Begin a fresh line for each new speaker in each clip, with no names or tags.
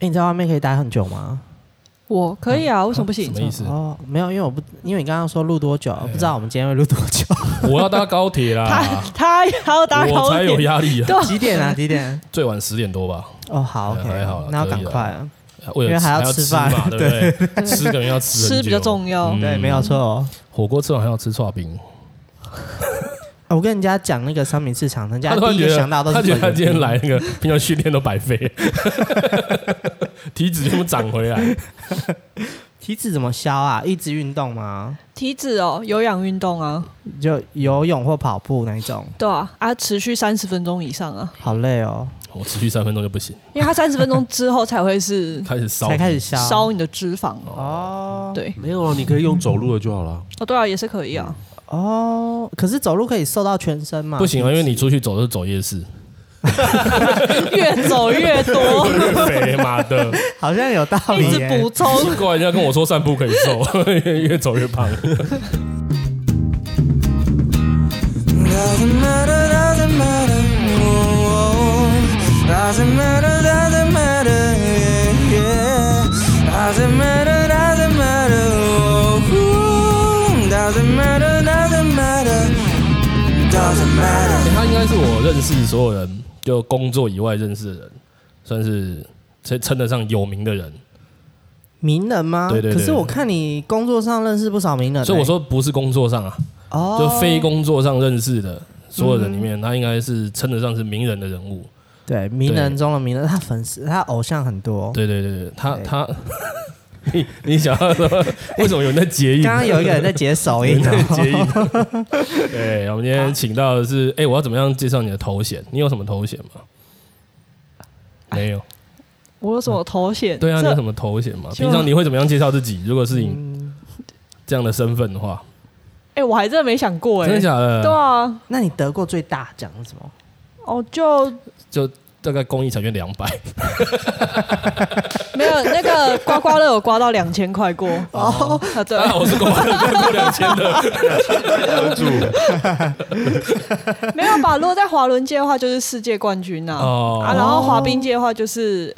欸你在外面可以待很久吗？
我可以啊，为什么不行
什？嗯么意思？
哦，没有，因为我不，因为你刚刚说录多久，
啊
不知道我们今天会录多 久，
我要搭高铁
他
啦，
他要打
啊我
高
才有
铁，
压力啊。
对，
几点啊？几点？
最晚十点多吧，
哦，好
哎
，OK，
还好啦
那要
可以
赶
啦
快啊。
为
因为
了
还要
要
吃
嘛
饭
对不对？吃可能要吃很久
吃比较重要
嗯
对，没有错哦。
火锅吃完还要吃串冰，
啊我跟人家讲那个三明市场，人家
他突
啊第一
然觉
个
得
想到都是
他觉得他
这
今
个
天来那个平常训练都白费， 体脂全部长回来。
体脂怎么消啊？一直运动吗？
体脂哦，有氧运动啊，
就游泳或跑步那一种，
对啊，啊，持续三十分钟以上啊，
好累哦，
我持续三分钟就不行，
因为它三十分钟之后才会 是
开始烧，
才开始消
烧你的脂肪
哦
对，
没有啊，你可以用走路的就好了。
哦，对啊，也是可以啊，
哦。可是走路可以瘦到全身嘛？
不行啊，因为你出去走都是走 夜市，嗯
越走越 多，
肥妈的，
好像有道理
一直
耶
补。充。
奇怪，人家跟我说散步可以瘦， 越越走越胖。
Doesn't matter, doesn't matter, oh, oh. doesn't matter, doesn't matter, yeah, yeah. Doesn't matter, doesn't matter, oh, oh. doesn't matter, doesn't matter, doesn't matter.
欸他应该是我认识所有人，就工作以外认识的人，算是称称得上有名的人。
名人吗？
对对对
可是我看你工作上认识不少名人欸，
所以我说不是工作上啊，
哦，
就非工作上认识的所有人里面，他应该是称得上是名人的人物。
对名人中的名人，他粉丝他偶像很多。
对对对对，他
对
他， 你你想要说为什么有人在结印？
刚刚有一个人在解手 印
在
哦，
结印。 对，我们今天请到的是，哎、我要怎么样介绍你的头衔？你有什么头衔吗？
啊
没有。
我有什么头衔？
对啊，你有
这
什么头衔吗？
就嗯
平常你会怎么样介绍自己？如果是你这样的身份的话，
哎，我还真的没想过哎，
真的假的？
对啊，
那你得过最大奖是什么？
哦，就
就大概公益彩券两百，
没有那个刮刮乐有刮到两千块过哦，啊对，
啊，我是公益彩券过两千的，
没有吧？如果在滑轮界的话，就是世界冠军呐、啊，
哦
然后滑冰界的话就是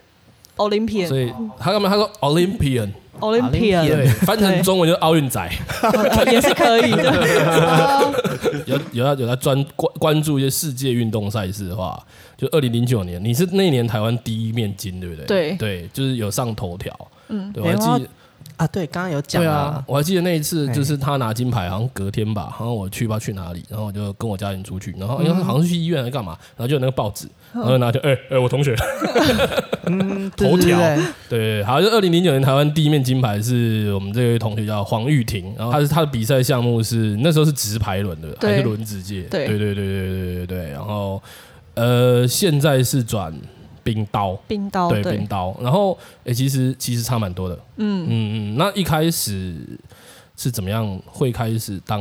所
Olympian
以哦他干嘛？他说 Olympian，
Olympian
对，翻成
对
中文就是奥运仔，
也是可以 的。
有有要有在专关关注一些世界运动赛事的话，就二零零九年，你是那年台湾第一面金，对不对？
对
对，就是有上头条，嗯，对，我
没
还
有
记
啊
得。
啊，对，刚刚有讲
对
啊
啊，，我还记得那一次，就是他拿金牌，好像隔天吧，好像我去吧去哪里，然后我就跟我家人出去，然后因为好像是去医院还是干嘛，然后就有那个报纸，然后拿就哎哎、我同学，
嗯，对
头条，
对对对
对，好，就二零零九年台湾第一面金牌是我们这位同学叫黄玉婷，然后他是他的比赛项目是那时候是直排轮的，
对
还是轮子界？
对
对对对对对对对，然后呃现在是转冰刀，
冰刀
对
哦对
冰刀，然后诶、其实其实差蛮多的，嗯嗯嗯，那一开始是怎么样会开始当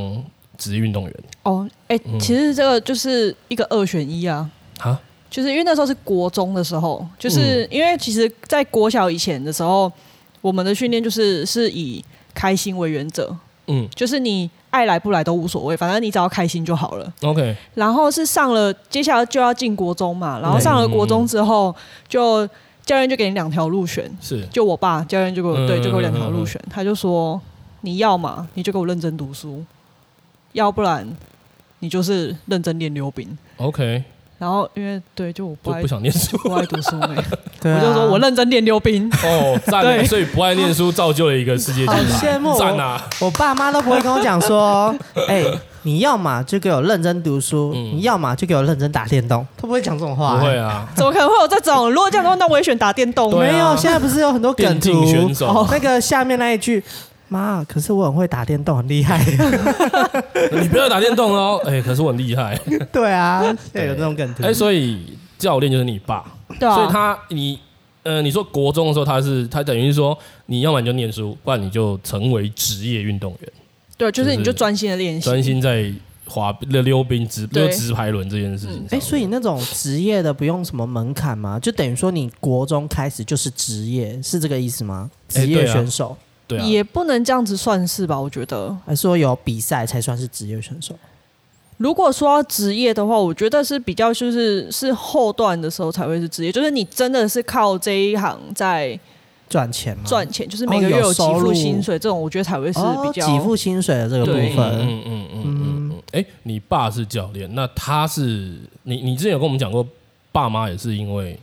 职业运动员
哦，哎、
嗯
其实这个就是一个二选一啊。
啊？
就是因为那时候是国中的时候，
嗯
就是因为其实，在国小以前的时候，我们的训练就是是以开心为原则，
嗯
就是你爱来不来都无所谓，反正你只要开心就好了。
嗯，OK，
然后是上了，接下来就要进国中嘛，然后上了国中之后，就教练就给你两条路选，
是
就我爸教练就给我、
嗯
对，就给我
嗯
两条
嗯
路
嗯
选，他就说你要嘛你就给我认真读书，要不然你就是认真练溜冰。
OK，
然后因为对，就我不
就
爱
不想念啊书
不爱读书妹，
对啊
我就说我
认
认真练溜冰。
哦，赞欸，
对
所以不爱念书造就了一个世界
好
金牌，
羡慕，哦
赞啊！
我爸妈都不会跟我讲说， 哎、你要嘛就给我认真读书，
嗯
你要嘛就给我认真打电动，他不会讲这种话、
不会
哎
啊，
怎么可能会有这种？如果这样的话，那我也选打电动。
对啊
没有，现在不是有很多梗
电
图哦
竞选手
那个下面那一句。妈，可是我很会打电动，很厉害。
你不要打电动哦。 哎、可是我很厉害。
对啊，现在有这种梗图。
哎、所以教练就是你爸，
对啊，
所以他你呃，你说国中的时候他是他等于是说，你要么你就念书，不然你就成为职业运动员，
对，就是你
就
就是专心的练习，
专心在滑溜溜冰直溜
对嗯
直排轮这件事情上。
哎、所以那种职业的不用什么门槛吗？就等于说你国中开始就是职业，是这个意思吗？
哎
职业
对啊
选手，
对啊，
也不能这样子算是吧？我觉得，
还是说有比赛才算是职业选手？
如果说到职业的话，我觉得是比较就是是后段的时候才会是职业，就是你真的是靠这一行在
赚钱吗？
赚钱，就是
哦
每个月
有
有几
收入
付薪水这种，我觉得才会是
哦
比较
给付薪水的这个部
对
分，
嗯嗯嗯嗯嗯。哎、你爸是教练，那他是你你之前有跟我们讲过，爸妈也是因为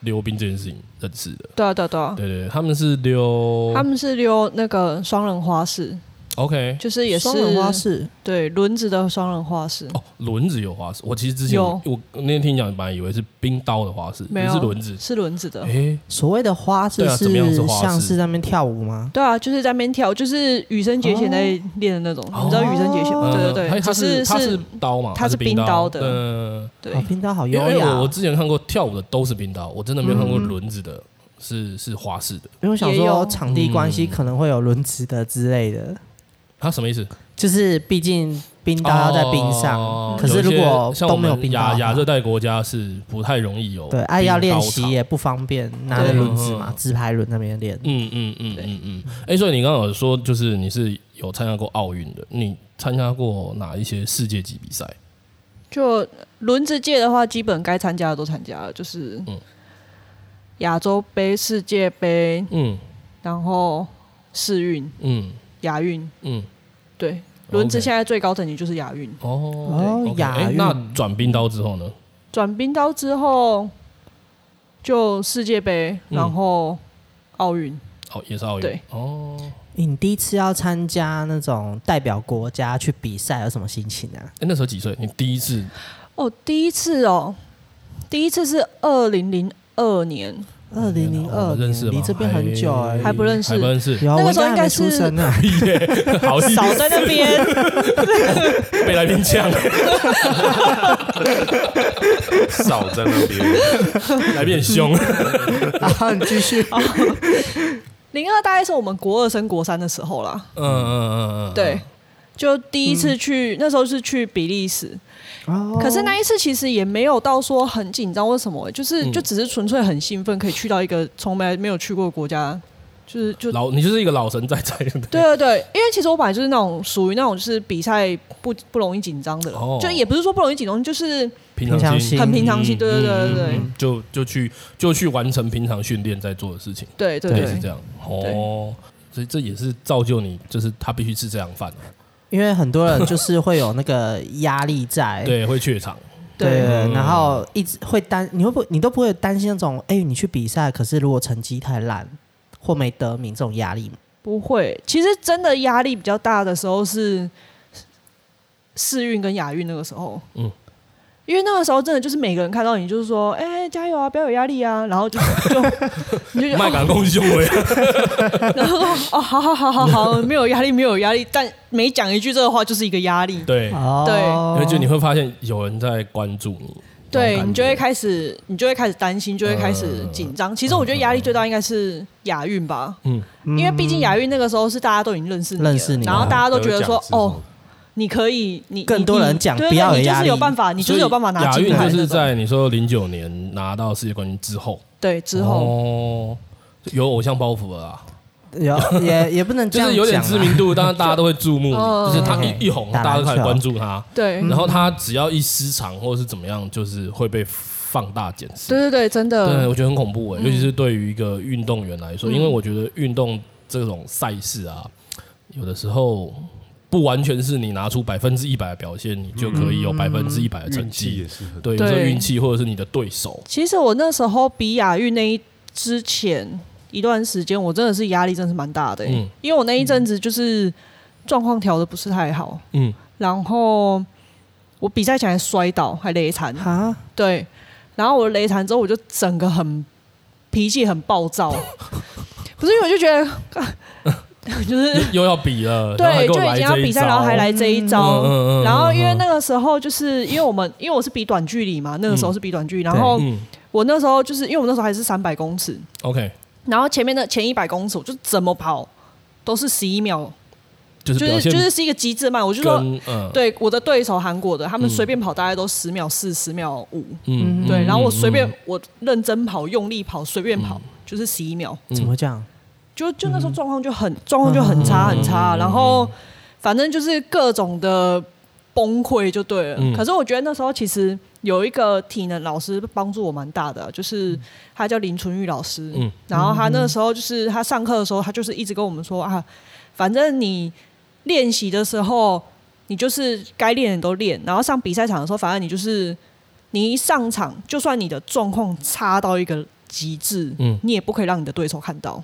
溜冰这件事情认识的。
对啊对啊对啊。
对对，对他们是溜，
他们是溜那个双人花式，
OK
就是也是
双人花式
对轮子的双人花式，
哦，轮子有花式。我其实之前
有
我我那天听你讲，本来以为是冰刀的花式，
没
不
有哦
是轮子。
是轮子的。
哎、
所谓的花式
对啊怎么样是花式
像是在那边跳舞吗？
对啊，就是在那边跳，就是羽生结弦在练的那种，
哦
你知道羽生结弦吗？对
嗯
对
他
对，
他
只
是他
是
刀嘛，
他是
冰
冰刀的
嗯，
对
哦，冰刀好
因
优
为
雅嗯
我我
哦，
之前看过跳舞的都是冰刀，我真的没有看过轮子的，是是花式的。
因为我想
也
说
有
场地关系
嗯
可能会有轮值的之类的，
他什么意思？
就是毕竟冰刀要在冰上，
哦
可是如果
有一些像
都
我
没有
们
冰刀的
亚
话，
亚热带国家是不太容易有
对，哎、要
冰刀
练
场
习也不方便，拿着
对
轮子嘛
嗯，
直排轮那边练。
嗯嗯嗯嗯嗯。哎、所以你刚刚有说，就是你是有参加过奥运的，你参加过哪一些世界级比赛？
就呃轮子界的话，基本该参加的都参加了，就是
嗯
亚洲杯、世界杯，
嗯
然后世运、
嗯
亚运，
嗯，
对，轮子
OK
现在最高等级就是亚运。
哦。
哦
OK，，
亚
哎
运、
那转冰刀之后呢？
转冰刀之后，就世界杯，
嗯
然后奥运，
哦，也是奥运。
对
哦，
你第一次要参加那种代表国家去比赛，有什么心情啊？
哎、那时候几岁？你第一次
哦，第一次哦，第一次是二零零二年，
二零零
我
哦
二
们认识
年，
吗
离这边很久哎、
还不认识
还不认识，
有啊
那
我
个时候
还
应该
没出
是
生 呢、
好意思
少在 那边。
被来宾呛，
少在那边，
来宾很凶。
然后你继 续，
哦零二大概是我们国二升国三的时候啦，
嗯嗯嗯嗯，嗯
对，，就第一次去，那时候是去比利时，
哦
可是那一次其实也没有到说很紧张或什么、就是、
嗯
就只是纯粹很兴奋，可以去到一个从来没有去过的国家，就是就
老你就是一个老神在在。
对对对，因为其实我本来就是那种属于那种就是比赛不不容易紧张的人，
哦
就也不是说不容易紧张，就是
平
平常
常
心
很平常心。
嗯
对对对对对、
嗯就就去就去完成平常训练在做的事情，
对对
类似
对
这样哦。所以这也是造就你，就是他必须吃这样饭，
因为很多人就是会有那个压力
哎
在，
对，嗯会怯 场，
哦
对
对，
然后一直会担，你会不你都不会担心那种，哎、你去比赛，可是如果成绩太烂或没得名这种压力吗？
不会。其实真的压力比较大的时候是世运跟亚运那个时候，
嗯
嗯。因为那个时候真的就是每个人看到你，就是说，哎、加油啊，不要有压力啊，然后就就你就觉得哦
麦秆攻胸围，
然后哦，好好好好好，没有压力，没有压力，但每讲一句这个话就是一个压力，
对，
哦，
因为就你会发现有人在关注你，那种
对
感
你就
觉
会开始，你就会开始担心，就会开始紧张。其实我觉得压力最大应该是亚运吧，
嗯
因为毕竟亚运那个时候是大家都已经认识你了，
认识你
然后大家都觉得说
得奖，之后
哦，你可以，你
更多人讲
你对啊
不要有
你就
压
是
力
有办法，你就是有办法拿
亚
金
运
牌那
就是
种。
在你说零九年拿到世界冠军之后，
对之后，
哦有偶像包袱了啦，
有也也不能这
就
样
是有点
讲啊
知名度，当然大家都会 注目你，
嗯
就是他一
嗯
一红，
打
大家都开
篮
始
球
关注他，
对
然后他只要一失常或者是怎么样，就是会被放大检视。
对对对，真
对，
的
我觉得很恐怖哎、尤其
嗯
是对于一个运动员来说，因为我觉得运动这种赛事啊，有的时候不完全是你拿出百分之一百的表现，你就可以有百分之一百的成
嗯运气
绩。
也是很。
对，有时候
对
运气或者是你的对 手，
其实我那时候比亚运那一之前一段时间，我真的是压力真的是蛮大的、欸
嗯
因为我那一阵子就是状况调的不是太好，
嗯，
然后我比赛前还摔倒，还累残，
啊，
对，然后我累残之后，我就整个很脾气很暴 躁，不是因为我就觉得， 就是
又要比了，然后还
对，
给
就
我
已
来
经要
这一
比赛，
招
然后还来这一招，
嗯嗯嗯嗯
然后因为那个时候就是因为我们因为我是比短距离嘛，那个时候是比短距离，然后
嗯
我那时候就是因为我那时候还是三百公尺，
，OK，
然后前面的前一百公尺我就怎么跑都是十一秒，
就是
就
表
是
现
就是是一个极致慢，我就说。
跟嗯
对我的对手韩国的，他们
嗯
随便跑大概都十秒四、十秒五，
嗯
对，然后我
嗯
随
嗯
便我认真跑、用力跑、随便跑，就是十一秒，
嗯
怎么会这样？
就就那时候
嗯
状况就很状况就很差很差，然后反正就是各种的崩溃就对了。
嗯
可是我觉得那时候其实有一个体能老师帮助我蛮大的，啊就是他叫林纯玉老师。
嗯
然后他那个时候就是他上课的时候，他就是一直跟我们说啊，反正你练习的时候，你就是该练的都练，然后上比赛场的时候，反正你就是你一上场，就算你的状况差到一个极致，
嗯
你也不可以让你的对手看到。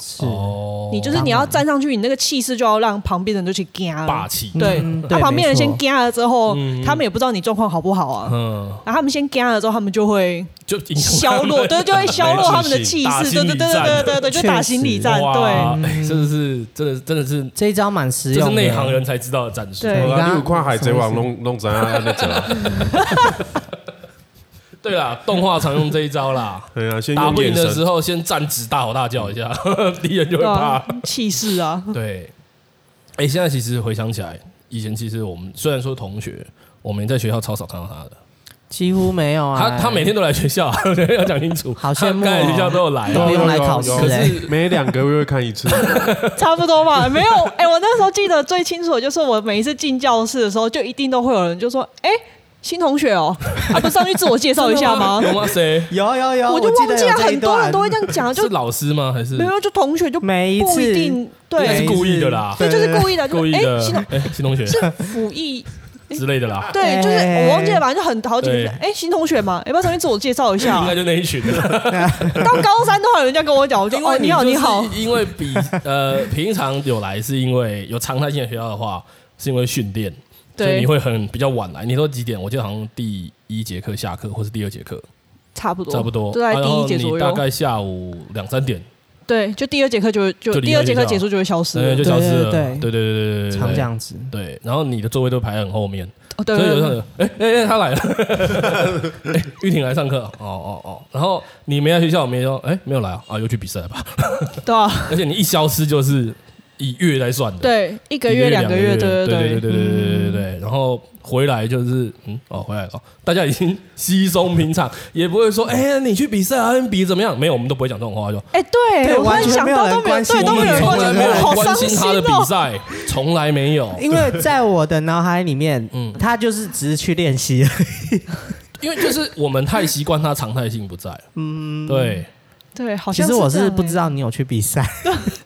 是
哦，
你就是你要站上去，你那个气势就要让旁边人都去惊了。
霸气，
对，
嗯
他、
对
旁边人
没错
先惊了之后，
嗯
他们也不知道你状况好不好啊。
嗯，
然后他们先惊了之后，他们就会
就影响
消 弱，对，就会消弱他们的气
打
势，
心
对对
理
对
战
对对对，嗯就打心理战，
哇
对，
哎真的是，真的真的是，
这一招蛮实
这
用
是
的，
内行人才知道的战术。
对
我
你刚
啊，
刚
你有看《海贼王》弄弄怎样安尼 走啊？。
对啦，动画常用这一招啦
对啊，先
打
用
不赢
眼
的时
神。
候，先站直大吼大叫一下， 敌人就
对
会怕
啊。，气势啊，
对，哎，现在其实回想起来，以前其实我们虽然说同学，我们在学校超少看到他的。
几乎没有啊。
他
哎
他每天都来学校，啊 要讲清楚。
好 羡慕哦
他刚来学校都有来啊，
都不用来考试
有有
欸
有每两个月看一次，
差不多吧， 没有，哎、我那时候记得最清楚的就是我每一次进教室的时候，就一定都会有人就说，哎、新同学哦，啊，不上去自我介绍一 下吗？
有吗？谁？
有有有，
就
记
忘
得
记了，
有这一
很多
段
人都会这样讲，就是
老师吗？还是
没有就同学就
每一
不
次
一定
应该
对，
是故意的啦
对，就是故意的，就
故意
哎、新
的
同？
哎，新同学
是 辅艺。
之类的啦，
对，啊就是
哎
我忘记了，反正就很好几
对
个。哎，新同学嘛，要不要重新自我介绍一下
应？该就那一群的。
到高三都还有人家跟我讲，我就
因
哦，
为
你好，
就是
你好，
因为比 呃平常有来是因为有常态性的学校的话，是因为训练，所以
对
你会很比较晚来。你说几点？我记得好像第一节课下课，或是第二节课，
差不多，
差不多。
就在
啊然
哦第
后
一节
你
左
大
右。
概下午两三点，
对，就第二节课就
就
就
离开
第二节
学
课
校
结束就会消失
对，
了
就。消失了。
对对
对对对对对对，对
常这。样子，
对，然后你的座位都排很后面。
哦，对
所以有
对
时
对，
候，哎哎哎，他来了， 哎玉婷来上课，哦哦哦，然后你没来学校，我们也说，哎，没有来啊，啊，又去比赛了吧？
对啊，
而且你一消失就是以月来算的，，
对，一
一
个月、两个月，对嗯
对对对
对
对对对对对对，然后回来就是，嗯，哦，回来了，大家已经稀松平常，也不会说，哎，你去比赛啊，你比怎么样？没有，我们都不会讲这种话，就
哎，对
对
我突
完
然
全
想
没有
到
人
都没有，
关心
对，
我
都
我
没
们
有人关
们从来
心
没有
我，
人
好
关
伤
心
心
他的比
哦。
赛，从来没有，
因为在我的脑海里面，
嗯
他就是只是去练习而已，
因为就是我们太习惯他常态性不在，嗯，对。
对，好
其
像
实我
这
是欸
样
不
哎
知。道你有去比赛，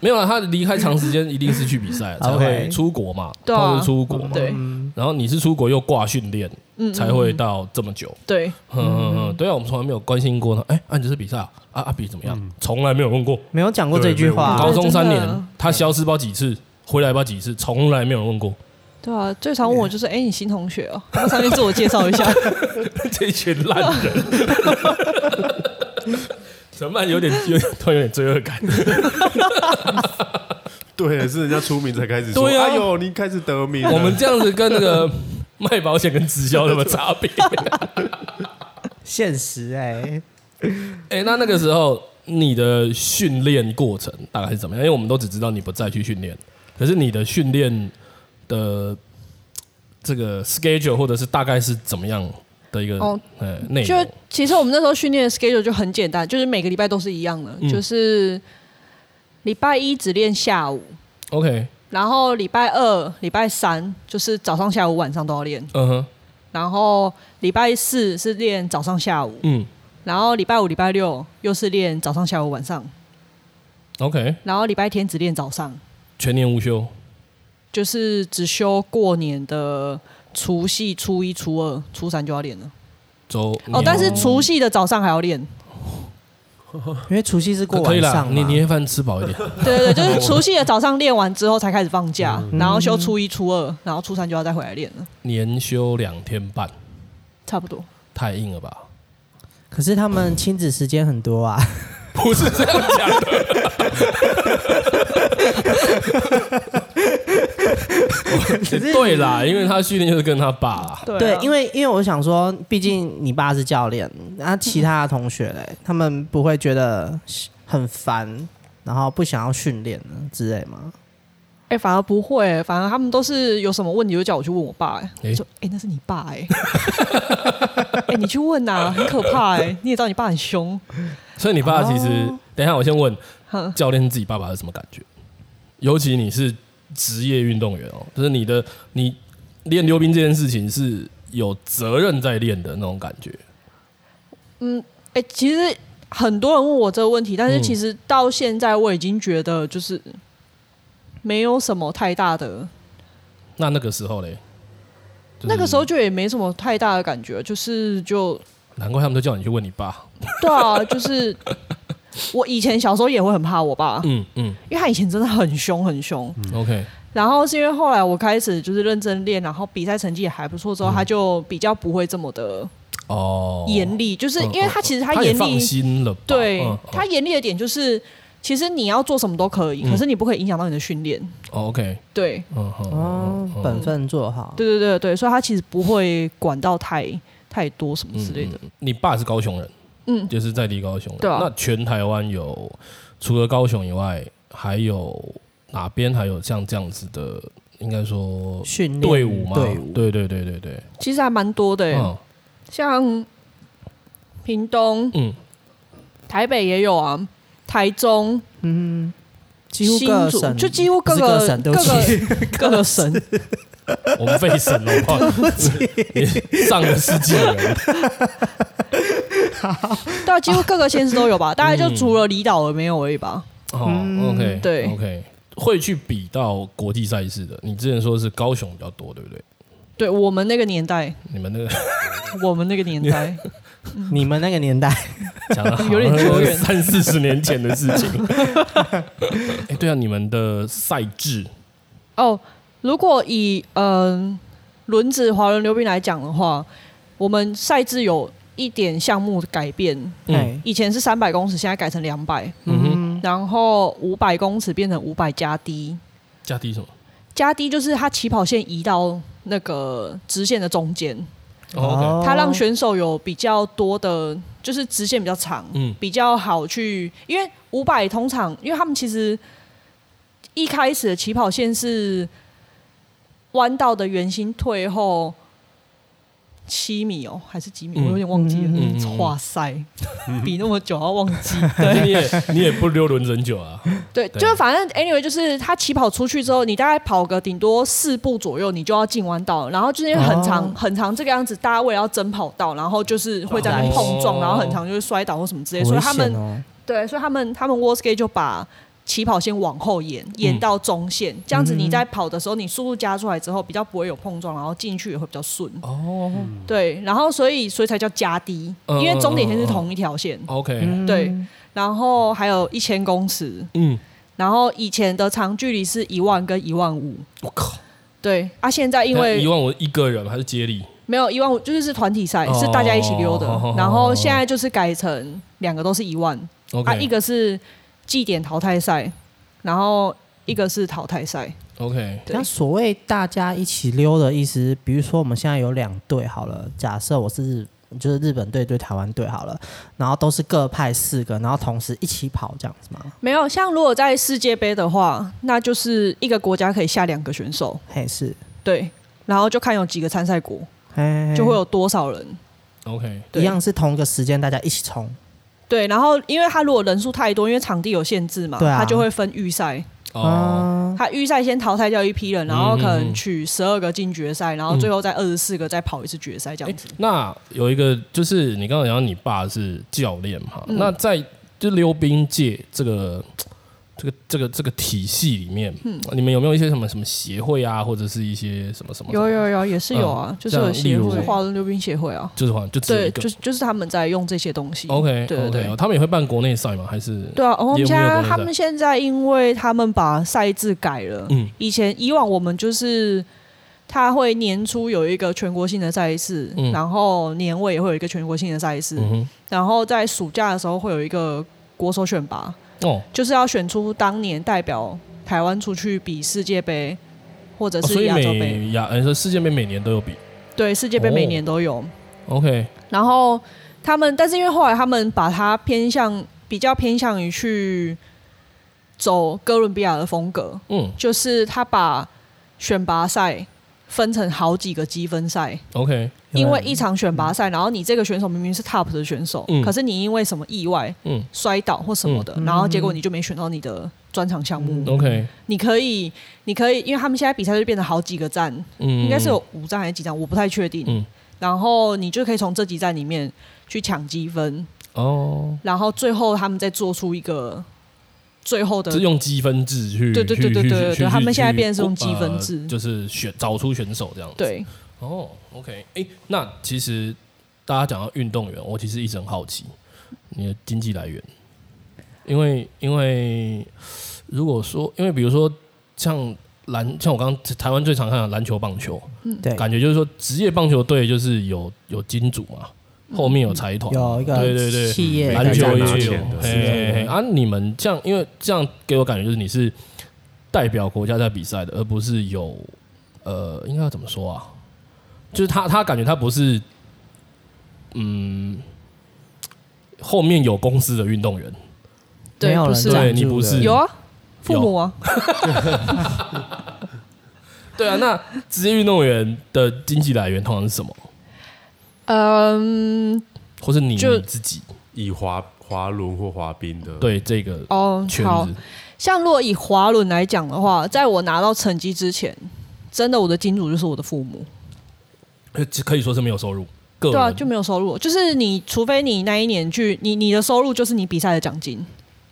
没有啊，他离开长时间一定是去 比赛才会
OK
出国嘛，
对啊
他是出国嘛，
对嗯
然后你是出国又挂训练，才会到这么久。
对，
嗯嗯嗯，对啊，我们从来没有关心过呢。哎，啊，你这是比赛啊？啊啊，比怎么样？从来没有问过。
没有讲过这
对
句话
高
啊。
中三
真
年
的，
他消失包几次，回来包几次，从来没有人问过。
对啊，最常问我就是，哎，你新同学哦，要不要上面自我介绍一下。
这群烂人， 陈曼有点有点突然有点罪恶感。
对，是人家出名才开始说。
对啊
哎呦，你开始得名了。
我们这样子跟那个卖保险跟直销有什么差别？
现实哎，
哎、那那个时候你的训练过程大概是怎么样？因为我们都只知道你不再去训练，可是你的训练的这个 schedule 或者是大概是怎么样的一个
哦
呃内、
就
容？
其实我们那时候训练的 schedule 就很简单，就是每个礼拜都是一样的，就是礼拜一只练下午，
OK，
然后礼拜二、礼拜三就是早上、下午、晚上都要练，
嗯哼，
然后礼拜四是练早上、下午，
嗯
然后礼拜五、礼拜六又是练早上、下午、晚上，
，OK，
然后礼拜天只练早上，
全年无休，
就是只休过年的除夕、初一、初二、初三就要练了。
周
哦，但是除夕的早上还要练。
因为除夕是过
可以
晚
啦，
上
你
嘛，
年夜饭吃饱一点，
对 对对，
哦
就是除夕的早上练完之后才开始放假，
嗯
然后休初一、初二，然后初三就要再回来练了，
年休两天半，
差不多。
太硬了吧？
可是他们亲子时间很多啊，
不是这样讲的。对啦，因为他训练就是跟他爸啦，
对啊
对，因
为
为因为我想说，毕竟你爸是教练，那、其他的同学嘞，他们不会觉得很烦，然后不想要训练了之类吗？
哎、反而不会、反而他们都是有什么问题就叫我去问我爸、哎、
哎
说哎、那是你爸 哎、哎、你去问呐、很可怕哎、你也知道你爸很凶，
所以你爸其实，
哦
等一下我先问
哼
教练自己爸爸是什么感觉？尤其你是职业运动员哦，就是你的你练溜冰这件事情是有责任在练的那种感觉。
哎、其实很多人问我这个问题，但是
嗯
其实到现在我已经觉得就是没有什么太大的，
那那个时候嘞，就是
那个时候就也没什么太大的感觉，就是就
难怪他们都叫你去问你爸。
对啊，就是我以前小时候也会很怕我爸，
嗯嗯
因为他以前真的很凶很凶。
，OK，
然后是因为后来我开始就是认真练，然后比赛成绩也还不错之后，他就比较不会这么的
哦，嗯
严厉，就是因为他其实
他也
严
放
厉，
心了吧，
对
嗯
他严厉的点就是，其实你要做什么都可以，
嗯
可是你不可以影响到你的训练。
哦 OK，
对，
嗯嗯
哦，本分做好。
对对对对，所以他其实不会管到太太多什么之类的。
你爸是高雄人，
嗯
就是在地高雄人。
对啊
那全台湾有除了高雄以外，还有哪边还有像这样子的，应该说
训练
队伍吗？
队伍，
对对对对对。
其实还蛮多的耶、欸
嗯
像屏东、
嗯，
台北也有啊，台中、
嗯，几乎
新
各
竹，
省
就几乎各
不是
个
各省，对
各
不
个
起，
各个省，
我们费神了，我 靠你上个世纪 了。
对啊，几乎各个县市都有吧，大概就除了离岛而没有而已吧。
哦，OK，
嗯对
，OK，会去比到国际赛事的。你之前说是高雄比较多，对不对？
对我们那个年代，
你们那个
我们那个年代，
你们那个年代，
讲的
有点久远
三四十年前的事情。哎，对啊，你们的赛制，
哦，如果以嗯、轮子滑轮溜冰来讲的话，我们赛制有一点项目改变，
哎，
以前是三百公尺，现在改成两百，
嗯哼，
然后五百公尺变成五百加 D，
加低什么？
加 D 就是它起跑线移到那个直线的中间，
哦
它让选手有比较多的，就是直线比较长，
嗯
比较好去，因为五百通常，因为他们其实一开始的起跑线是弯道的圆心退后七米哦，还是几米？
嗯
我有点忘记了。
嗯嗯嗯
哇 塞，比那么久还忘记。
OK，
对
你也你也不溜轮子很久啊？
对，
对
就是反正 anyway，就是他起跑出去之后，你大概跑个顶多四步左右，你就要进弯道了，然后就是因为很长、
哦
很长这个样子，大家为了要争跑道，然后就是会在那边碰撞，
哦
然后很长就会摔倒或什么之类，
好
所以
危
他
险
们
哦
对，所以他们他们 w a r s k a t e 就把起跑线往后延，延到中线，这样子你在跑的时候，你速度加出来之后，比较不会有碰撞，然后进去也会比较顺。
哦
对，然后所以所以才叫加低，
嗯
哦
因为终点线
嗯
是
嗯嗯
同一条线。
嗯
，OK，
对，然后还有一千公尺，
嗯，
然后以前的长距离是一万跟一万五，
我靠，
对啊，现在因
一
为
万我一个人还是接力？
没有一万五，就是是团体赛，
哦
是大家一起溜的
好好好，
然后现在就是改成两个都是一万，啊，一
OK
个是绩点淘汰赛，然后一个是淘汰赛。
OK，
对
那所谓大家一起溜的意思，比如说我们现在有两队好了，假设我是就是日本队对台湾队好了，然后都是各派四个，然后同时一起跑这样子吗？
没有，像如果在世界杯的话，那就是一个国家可以下两个选手，
嘿，是，
对，然后就看有几个参赛国，
嘿嘿
就会有多少人。
OK，
哎一样是同一个时间大家一起冲，
对，然后因为他如果人数太多，因为场地有限制嘛，
对啊
他就会分预赛，
哦，
他预赛先淘汰掉一批人，然后可
嗯嗯
能
嗯
取十二个进决赛，然后最后再二十四个再跑一次决赛这样子。
那有一个就是你刚刚讲到你爸是教练嘛？
嗯
那在就溜冰界这个这个这个这个体系里面，
嗯
你们有没有一些什么什么协会啊，或者是一些什么什么？
有，有有，也是有啊，
嗯
就是有协
这样例
会，
如
华人溜冰协会啊，
就是好像就只有
对
一，个
就。是就是他们在用这些东西。
OK，
对对对
OK，他们也会办国内赛吗？还是
对啊，我
业
们
务
现
没有
在
国内
他
赛
们现在因为他们把赛制改了，
嗯
以前以往我们就是他会年初有一个全国性的赛事，
嗯
然后年尾也会有一个全国性的赛事，
嗯
然后在暑假的时候会有一个国手选拔，
哼哦，
就是要选出当年代表台湾出去比世界杯或者
哦所
是
以
亚洲杯，
每亚呃世界杯每年都有比。
对，世界杯每年都有。
哦 OK，
然后他们，但是因为后来他们把它偏向比较偏向于去走哥伦比亚的风格，
嗯
就是他把选拔赛分成好几个积分赛，
OK，
因为一场选拔赛，然后你这个选手明明是 top 的选手，
嗯
可是你因为什么意外
嗯
摔倒或什么的，然后结果你就没选到你的专场项目。
，OK，
你可以，你可以，因为他们现在比赛就变成好几个站，
嗯，
应该是有五站还是几站，我不太确定。
嗯
然后你就可以从这几站里面去抢积分，
哦，
然后最后他们再做出一个最后的
是用积分制去，
对对对对
去
对对
去去
他们
去
现在变成
去
是用积分制
呃就是选找出选手这样子。，
对，
哦，OK，哎，那其实大家讲到运动员，我其实一直很好奇你的经济来源，因为因为如果说，因为比如说像篮，像我刚刚台湾最常看的篮球、棒球，
对，
感觉就是说职业棒球队就是有有金主嘛，后面有财团嘛，
哦有一个
对对对，
企业
篮球
拿
也有
钱的，
嘿嘿嘿啊！你们这样，因为这样给我感觉就是你是代表国家在比赛的，而不是有呃，应该要怎么说啊？就是他他感觉他不是嗯，后面有公司的运动员，
对
没有
不
人
是啊
赞
对你
助
不
的
是
有啊，父母啊，
对啊。那职业运动员的经济来源通常是什么？
嗯，
或是你
就
你自己
以滑滑轮或滑冰的，，
对这个
哦，
圈
好
子？
像如果以滑轮来讲的话，在我拿到成绩之前，真的我的金主就是我的父母，
呃可以说是没有收入，个人
对啊，就没有收入，就是你除非你那一年去，你你的收入就是你比赛的奖金，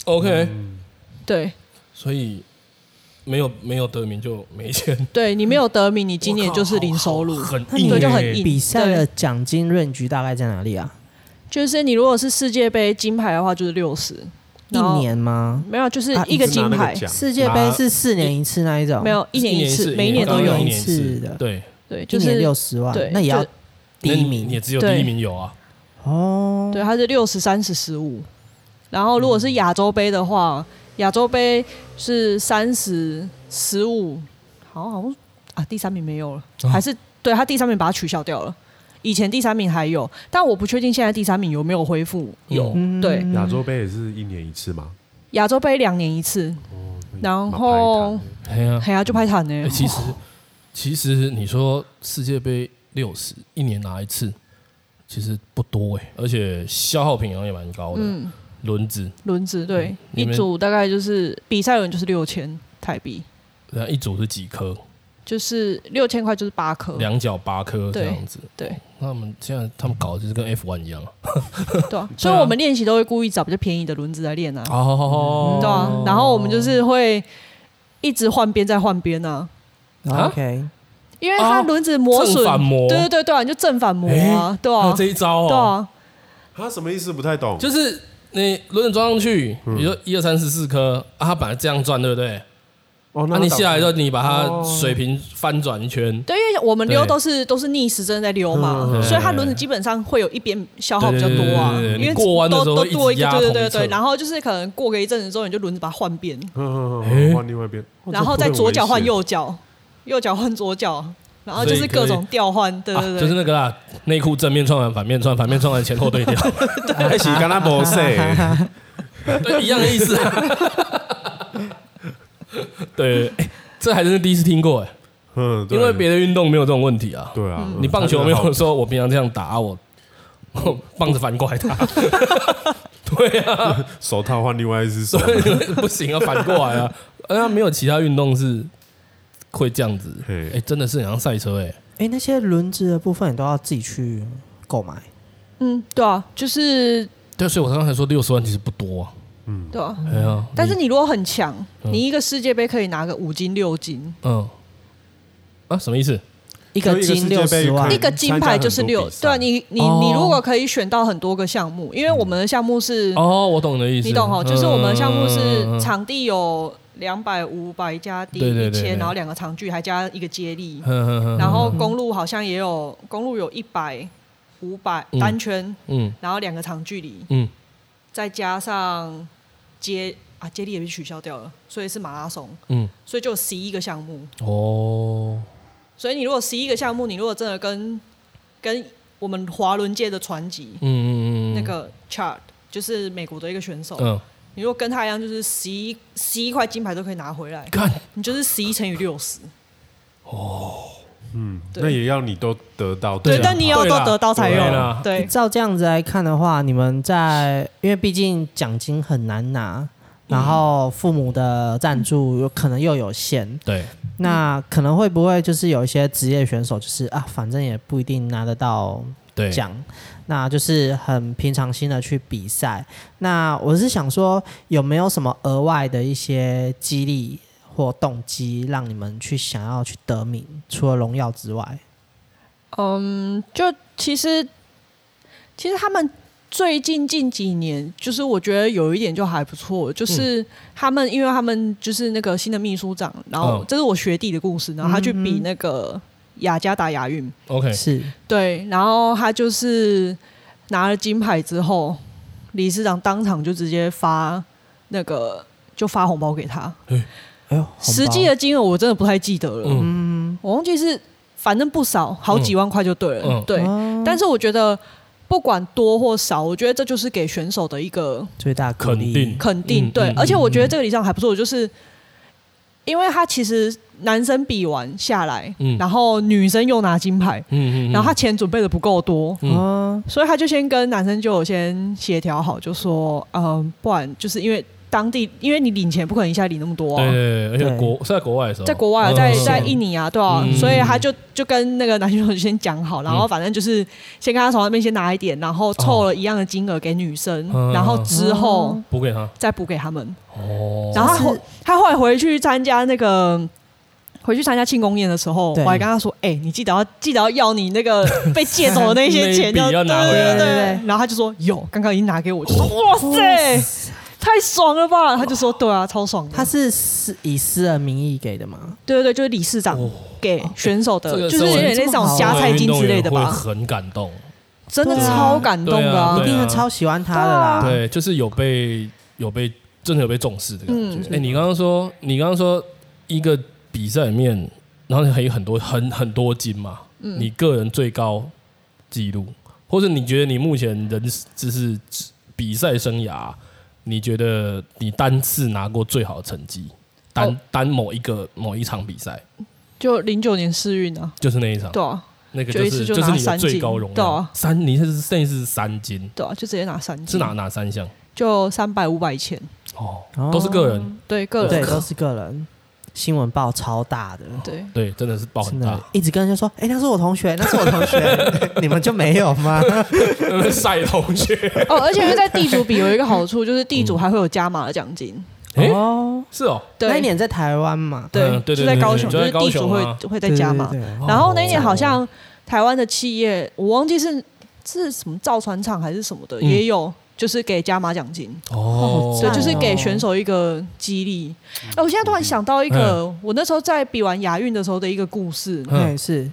OK，
嗯
对
所以没有没有得名就没钱。
对，你没有得名，你今年就是零收入
我，靠好好
那
很硬
你
对，
欸，
就很硬。
比赛
对
的奖金润局大概在哪里啊？
就是你如果是世界杯金牌的话，就是六十，
一年吗？
没有，就是
啊
一个金牌，
世界杯是四年一次那一种，
没有一年一次，每一年
年
都
一
有，
年
一
一次的
对，
对，就
一年
是
六十万
对，
那也要
就
第
那
一
你你也
名
只有
对
第一名有啊。
哦。
对，它是六十三十十五。然后如果是亚洲杯的话，亚洲杯是三十十五，好好像啊第三名没有了，还是对他第三名把它取消掉了。以前第三名还有，但我不确定现在第三名有没有恢复。
有
嗯
对
亚洲杯也是一年一次嘛，
亚洲杯两年一次，然后
哎呀，
哎呀就拍惨呢、
哎其实其实你说世界杯六十一年拿一次，其实不多哎，而且消耗品好像也蛮高的，
嗯，
轮子
轮子对，
嗯你
一
们
组大概就是比赛轮就是六千台币，
那一组是几颗，
就是六千块就是八颗，
两脚八颗这
嗯对
样子。
对
那他们现在他们搞的就是跟 F 1一样啊，
对 啊，所以我们练习都会故意找比较便宜的轮子来练啊。
哦
对啊，然后我们就是会一直换边再换边啊，
啊
OK，
因为它
哦
轮子磨损，
正反磨哎
对对对对啊，你就正反磨啊，对
还有
啊，
这一招
对
哦，
啊，
他什么意思？不太懂，
就是你轮子装上去，
嗯
你说一二三四四颗啊，它本来这样转对不对？
哦，
那、
他
啊你
打
下来之后，你把它水平翻转一圈，
对，因为我们
对
溜都是都是逆时针在溜嘛
嗯，
所以它轮子基本本上会有一边消耗比较多啊，
对对对对
因
对
为
你过弯的
都
时候
都
会一直
多一个，
压
对对
同
对
一侧
对，然后就是可能过个一阵子之后，你就轮子把它换遍，
嗯嗯嗯
哎
嗯换另外一边，哦
然后再左脚换，右脚，右脚换左脚，然后就是各种调换，对对
啊、就是
对。
那个啦，内裤正面穿完，反面穿， 反面穿完前后对调，
一起哎跟他欸搏赛，
对，一样的意思、啊。 对，哎这还真是第一次听过哎，
嗯，对
因为别的运动没有这种问题啊。
对
嗯
啊，
你棒球没
他真
有
的好
说，我平常这样打啊我， 我棒子反过来 打。对啊，
手套换另外一只手
所，以不行啊，反过来啊。啊，没有其他运动是会这样子。
嘿
哎，真的是很像赛车哎。
哎，那些轮子的部分你都要自己去购买，
嗯，对啊，就是
对，所以我刚才说六十万其实不多啊。
对啊，
哎呀，
但是你如果很强，
嗯
你一个世界杯可以拿个五金六金，
嗯，啊，什么意思？
一个
就一个世
金
界
六
杯
十
可
万
嗯
以
一，个金牌就是六
参。加
对啊，
很多比赛
你你
哦
你如果可以选到很多个项目，因为我们的项目是，
哦，我懂你的意
嗯
思，
你懂哈，
嗯
就是我们的项目
嗯嗯嗯
是
嗯
场地有两百、五百加地
对对
一
对对
千，然后两个长距，还加一个接力，
嗯嗯嗯
然后公路好像也有公路有一百、五百
嗯
单圈，
嗯
然后两个长距离，
嗯，
再加上接啊接力也被取消掉了，所以是马拉松，
嗯，
所以就有十一个项目。
哦，
所以你如果十一个项目，你如果真的跟跟我们滑轮界的传奇、
嗯嗯嗯，
那个 Chart，就是美国的一个选手，
嗯，
你如果跟他一样，就是十一十一块金牌都可以拿回来，
看
你就是十一乘以六十。哦，
嗯，
对
那也要你都得到。
对，
啊
但你要
对啦
都得到才
对啦
有，对，
照这样子来看的话，你们在因为毕竟奖金很难拿，
嗯
然后父母的赞助有可能又有限，
对，
那可能会不会就是有一些职业选手，就是啊，反正也不一定拿得到
对，
奖，那就是很平常心的去比赛。那我是想说，有没有什么额外的一些激励或动机，让你们去想要去得名？除了荣耀之外，
嗯，就其实其实他们最近近几年，就是我觉得有一点就还不错，就是他们因为他们就是那个新的秘书长，然后
嗯
这是我学弟的故事，然后他去
嗯
比
哼
那个雅加达亚运，
OK，嗯
是
对，然后他就是拿了金牌之后，理事长当场就直接发那个就发红包给他，
哎呦，
实际的金额我真的不太记得了，
嗯
嗯，
我忘记是反正不少，好几万块就对了，
嗯嗯
对。
哦
但是我觉得不管多或少，我觉得这就是给选手的一个
最大鼓励
肯定
肯定。
嗯
对，
嗯
而且我觉得这个理想还不错，就是因为他其实男生比完下来，
嗯
然后女生又拿金牌，
嗯嗯，
然后他钱准备的不够多。
嗯
哦
所以他就先跟男生就有先协调好，就说，嗯，不然就是因为当地，因为你领钱不可能一下领那么多、啊，
对对对，而且
对
国是在国外的时候，
在国外啊，
嗯
在
嗯
在
嗯
印尼啊，对啊，
嗯
所以他就就跟那个男选手先讲好，然后
嗯哦
反正就是先跟他从那边先拿一点，然后凑了一样的金额给女生，
嗯
然后之后
补给他
再补给他们。
哦，
然后他后他后来回去参加那个。回去参加庆功宴的时候，
对
我还跟他说：“哎、你记得要记得要要你那个被借走的那些钱，
那一笔要拿
对
回来哦
对对对。”然后他就说：“有，刚刚已经拿给我。”就说：“哇塞，太爽了吧！”他就说：“对啊，超爽的。”
他是私以私人名义给的吗？
对对对，就是理事长
哦
给选手的，
这个
就是有点类似那种加菜金之类的
会
吧，
很感动，
真的
对啊
超感动的、
对啊
一定会超喜欢他的
啊
啦。
对，啊就是有被有被真的有被重视的感
嗯
觉。哎，你刚刚说，你刚刚说一个比赛里面，然后还有很多很很多金嘛，
嗯
你个人最高纪录，或者你觉得你目前人就是比赛生涯，你觉得你单次拿过最好的成绩，
哦
单单某一个某一场比赛，
就零九年世运啊，
就是那一场，
对啊，
那个
就一
是
次
就
就是拿
你的
三
最
金
高荣
对
耀
啊，
三，你是那是三金，
对啊，就直接拿三金，
是哪哪三项？
就三百、五百、一千，
哦，
哦
都是个人，
对个
对，啊
人
都是个人。新闻报超大的，
对
对，真的是爆很
真
大
的，一直跟人家说，哎、那是我同学，那是我同 学，你们就没有吗？
晒同学，
哦，而且因为在地主比有一个好处，就是地主还会有加码的 奖金，
哎
哦，
是哦，
那一
对
年在台湾嘛，
对
嗯对对
就在
对
高
对
雄，
就在
是地主
高雄啊
会
哦
会再加码
对，对对
然后那一年好像台湾的企业，我忘记是是什么造船厂还是什么的，
嗯
也有就是给加码奖金，
哦，嗯
对，就是
赞哦
给选手一个激励。哎、我现在突然想到一个，我那时候在比完亚运的时候的一个故事。
嗯
对，是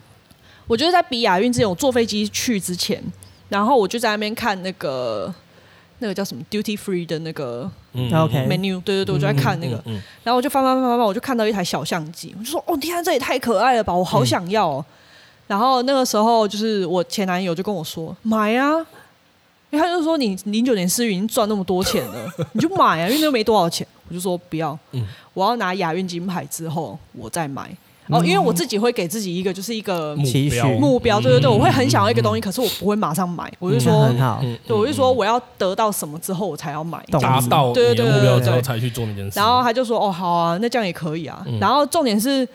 我就是在比亚运之前，我坐飞机去之前，然后我就在那边看那个那个叫什么 duty free 的那个
嗯
OK 哎
menu，、对对对，我就在看那个，，
嗯嗯嗯
然后我就翻翻翻翻翻，我就看到一台小相机，我就说：“哦，天啊，这也太可爱了吧，我
嗯
好想要、哦。然后那个时候就是我前男友就跟我说：“买啊！”因为他就说你零九年世运已经赚那么多钱了，你就买啊，因为那又没多少钱。我就说不要，
嗯
我要拿亚运金牌之后我再买。哦，因为我自己会给自己一个就是一个
嗯目
期
标
许
目标，对对对，我会很想要一个东西，可是我不会马上买，我就说
很，好，
嗯
对，我就说我要得到什么之后我才要买。
懂
达到你
对
的
对
目标之后
对
才去做那件事，
然后他就说：“哦，好啊，那这样也可以啊。
嗯
然后重点是，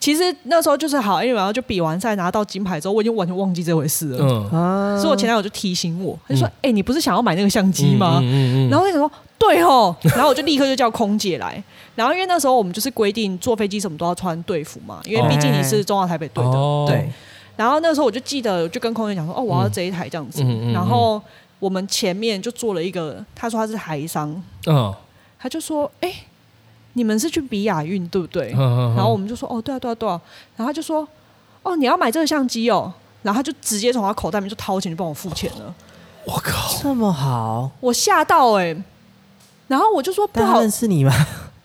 其实那时候就是好，因为然后就比完赛拿到金牌之后，我已经完全忘记这回事了。
嗯，
啊，
所以我前男友就提醒我，他就说：“哎、你不是想要买那个相机
嗯
吗？”
嗯嗯嗯
然后那个说：“对哦。”然后我就立刻就叫空姐来。然后因为那时候我们就是规定坐飞机什么都要穿队服嘛，因为毕竟你是中华台北队的。
哦
对，
然后那时候我就记得，我就跟空姐讲说：“哦，我要这一台这样子。
嗯嗯嗯
然后我们前面就坐了一个，他说他是台商，
嗯
他就说：“哎、你们是去比亚运对不对？”
嗯嗯，
然后我们就说：“哦，对啊，对啊，对啊。”然后他就说：“哦，你要买这个相机哦。”然后他就直接从他口袋里面就掏钱就帮我付钱了，
我靠，
这么好，
我欸吓到哎、然后我就说：“不
但他
好
认，识你吗？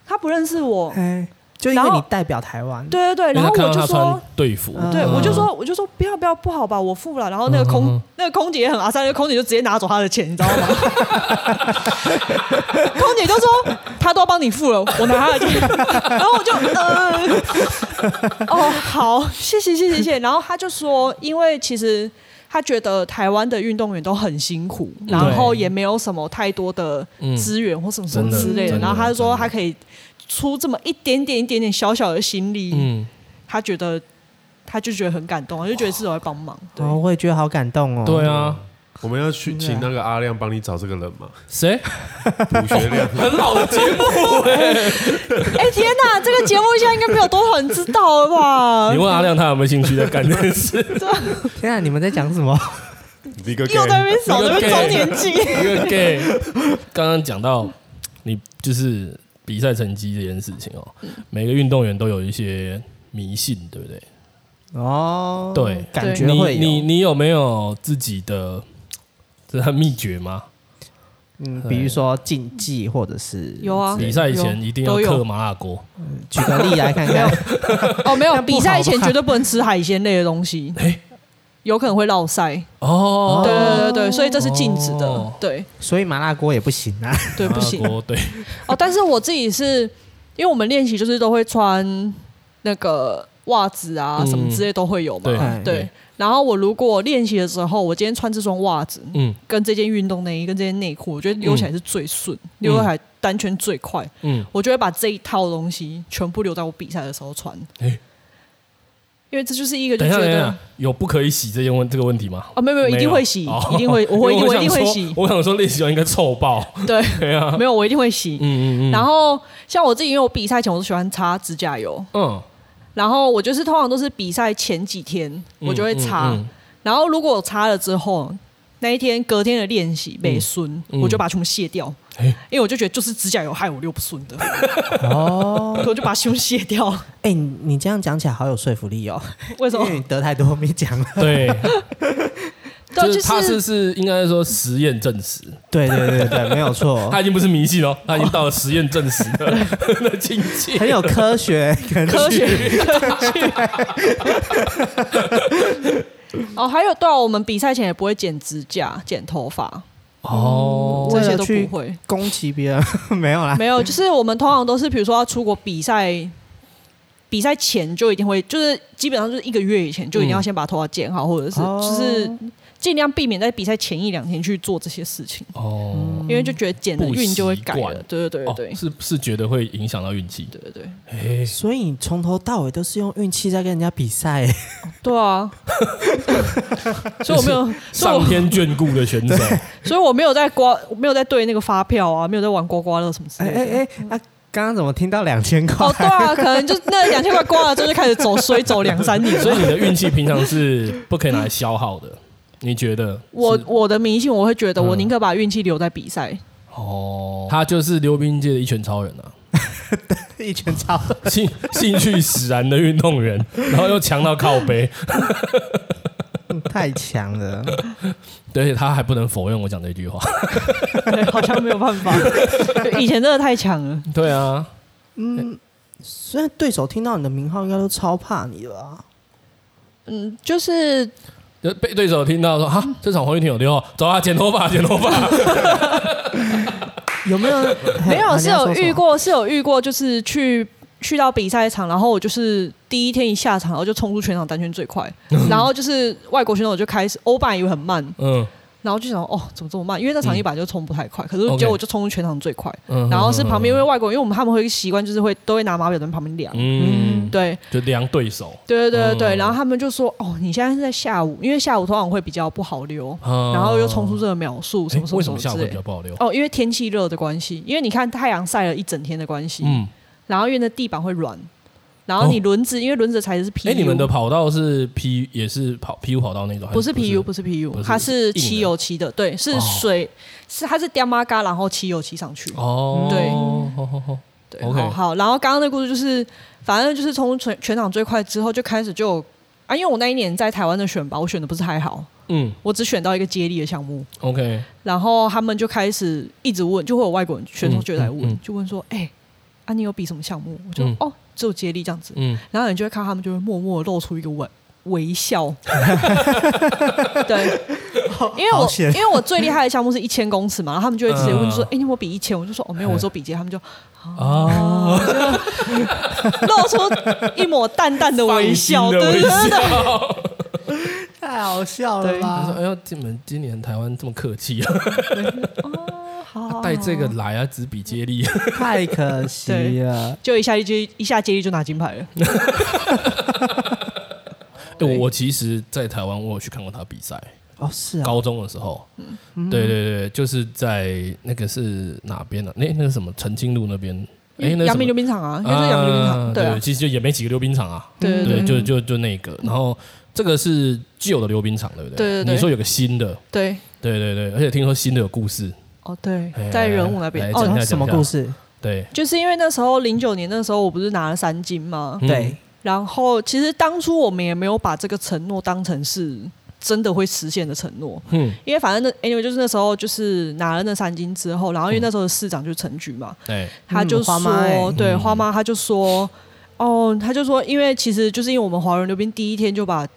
他不认识我。
哎，”就因为
然
你
后
代表台湾，
对对对，
因
然
为
后
他
我
看到
就
他穿
说，
队服，
嗯
对，
嗯
我就说，我就说不要不要，不好吧，我付了。然后那个
嗯嗯
空
嗯
那个空姐也很阿三，那个空姐就直接拿走她的钱，你知道吗？ 空姐就说她都帮你付了，我拿她的钱， 然后我就呃，哦好，谢谢谢谢谢谢。然后她就说，因为其实她觉得台湾的运动员都很辛苦，然后也没有什么太多的
嗯
资源或什么什么
真的
之类的。
真的
然后她就
真
说
的
她可以出这么一点点一点点小小的心力，
嗯，
他觉得他就觉得很感动，他就觉得至少会帮忙。对，
然哦
哦
后我也觉得好感动哦。
对啊，
我们要
嗯
去请那个阿亮帮你找这个人 嘛，
谁？
补学亮。
很老的节目哎、
哎、天哪，这个节目现在应该没有多少人知道了吧
你？问阿亮他有没有兴趣在干这件事？
天啊，你们在讲 什么？
一个 gay
又在那边扫那边周年记，
一个 gay，刚刚讲到你就是比赛成绩这件事情哦，
嗯
每个运动员都有一些迷信，对不对？
哦，
对
感
对
觉会有
你你你有没有自己的这是秘诀吗？
嗯，比如说竞技或者是
有啊
比赛前
有
一定要
都有
嗑麻辣锅，
举个例来看看，
哦，没
那不
有，
好吧
比赛前绝对不能吃海鲜类的东西，
哎
有可能会落腮。
哦，
对对对对，所以这是禁止的。
哦
对
所以麻辣锅也不行啊。
对，
麻
不
辣
行。
锅对，
哦，但是我自己是因为我们练习就是都会穿那个袜子啊
嗯
什么之类都会有嘛。
哎
对，然后我如果练习的时候，我今天穿这双袜子，
嗯
跟这件运动内衣跟这件内裤，我觉得溜起来是最顺，溜起来单圈最快。
嗯，
我就会把这一套东西全部留在我比赛的时候穿，
哎，
因为这就是一个就
等一
觉
下等一下
得。，
有不可以洗这件问这个问题吗？
哦，没有没有，一定会洗，
哦
一定 会，我会，
因为
我一定
想
会
说
洗，
我想说练习完应该臭爆，
对，
对啊，
没有，我一定会洗。
嗯嗯嗯，
然后像我自己，因为我比赛前我都喜欢擦指甲油，
嗯，
然后我就是通常都是比赛前几天我就会擦，
嗯
然后如果我擦了之后，那一天隔天的练习没顺，
嗯
我就把它全部卸掉，
哎
因为我就觉得就是指甲油害我溜不顺 的，
哦，
我就把它全部卸掉。
哎，你你这样讲起来好有说服力哦，
为什
因
么
为？你得太多没讲了。
对，
对，
就是他
啊就是是
是应该说实验证实，
对对对对，没有错，
他已经不是迷信哦，他已经到了实验证实的
哦
的境界。
很有科学感觉。
科 学 哦，还有对啊，我们比赛前也不会剪指甲、剪头发，
哦，
这些都
为了去
不会。
攻击别人 没有啦，
没有，就是我们通常都是，比如说要出国比赛，比赛前就一定会，就是基本上就是一个月以前就一定要先把头发剪好，或者是
哦
就是尽量避免在比赛前一两天去做这些事情，
哦
因为就觉得剪了
不
运就会
习
改
惯
了。对嗯对对
哦
对，
是是觉得会影响到运气的。
对对对，
哎，
所以你从头到尾都是用运气在跟人家比赛。
对啊，所以我没有，所以我
上天眷顾的选手，
所以我没有在刮，我没有在对那个发票啊，没有在玩刮刮乐什么之
哎
类的。
哎哎，啊，刚刚怎么听到两千块
哦，？对啊，可能就那两千块刮了之后就开始走衰，走两三年。
所以你的运气平常是不可以拿来消耗的。你觉得是？
我我的迷信，我会
嗯
觉得我宁可把运气留在 比赛。
哦，他就是溜冰界的一拳超人啊，
一拳超人
兴兴趣使然的运动员， 然后又强到靠背，
太强了，
而且他还不能否认我讲这句话。
对，好像没有办 法。以前真的太强了，
对啊，
虽然对手听到你的名号应该都超怕你了啊。
嗯，就是
就被对手听到说啊，这场黄玉婷有电话， 走啊，剪头发，剪 头发。
有没 有？
没
啊
有
你
是
要
有
说什么
遇过，是有遇过，就是去去到比赛场，然后我就是第一天一下场，然后就冲出全场单圈最 快，然后就是外国选手就开始，我本来以为很慢，
嗯
然后就想哦，怎么这么慢？因为
嗯
那场一百就冲不太快，可是
OK
结果我就冲出全场最快。
嗯
然后是旁边因为外国人，因为我们他们会习惯就是会都会拿码表在旁边量，
嗯，
对
就量对手。
对对对对。
嗯
然后他们就说哦，你现在是在下午，因为下午通常会比较不好溜，
嗯
然后又冲出这个秒数什
诶
么什
为
么
什
么
么
之
下午会
类
比较
的。
不好溜？
哦，因为天气热的关系，因为你看太阳晒了一整天的关系，
嗯，哦
然后因为那地板会软，然后你轮子、因为轮子的材质是 PU，、
哎，你们的跑道是 P 也是跑 PU 跑道那种？还
不是 PU，
不
不
是
是
不
PU，
是
它是
硬的
漆油漆的，对，是
哦
水，是它是雕妈嘎，然后漆油漆上去。
哦，
对
好好好，
对
OK
好好，然后刚刚那故事就是，反正就是从全全场最快之后就开始就有啊，因为我那一年在台湾的选拔，我选的不是还好，
嗯
我只选到一个接力的项目，
，OK，
然后他们就开始一直问，就会有外国人选手就来问，
嗯嗯嗯
就问说，哎、啊你有比什么项目？我就、
嗯
哦就接力这样子，
嗯，
然后你就会看他们就会默默地露出一个微微 笑，对，因为
好
我
险
因为我最厉害的项目是一千公尺嘛，然后他们就会直接问说
嗯：“
哎、你有没有比一千？”我就说：“哦，没有，我只有比肩。”他们就
啊，
哦，就露出一抹淡淡的微笑，
放心
对
的
对
微
对对，
笑。
太好笑了
对
他说：“
吧？
哎呦，你们今年台湾这么客气啊，
好哦好
带这个
好
来啊，只比接力。
太可惜了。
就一下就一下接力就拿金牌了。
哎 我其实，在台湾我有去看过他比赛，
哦，是
嗯
啊，
高中的时候，对对对，就是在那个是哪边呢？那那个什么澄清路那边，哎，那
阳明
冰
溜冰场啊，应该是阳明溜冰场，对
呃对，
啊，
其实就也没几个溜冰场啊，
对
对，
对
就就就那个，然后这个是旧的溜冰场，对不对？
对对对
你说有个新的，
对，
对对对，而且听说新的有故事，
哦对
哎，
在人物那边
来
哦
讲一，下
什么故事？
对，
就是因为那时候零九年那时候我不是拿了三金吗？
嗯
对，
然后其实当初我们也没有把这个承诺当成是真的会实现的承诺，
嗯，
因为反正那 anyway 就是那时候就是拿了那三金之后，然后因为那时候的市长就是陈菊嘛，
对，
他就
嗯
说，
花妈欸
对
嗯
花妈，他就说，哦，他就说，因为其实就是因为我们华人溜冰第一天就把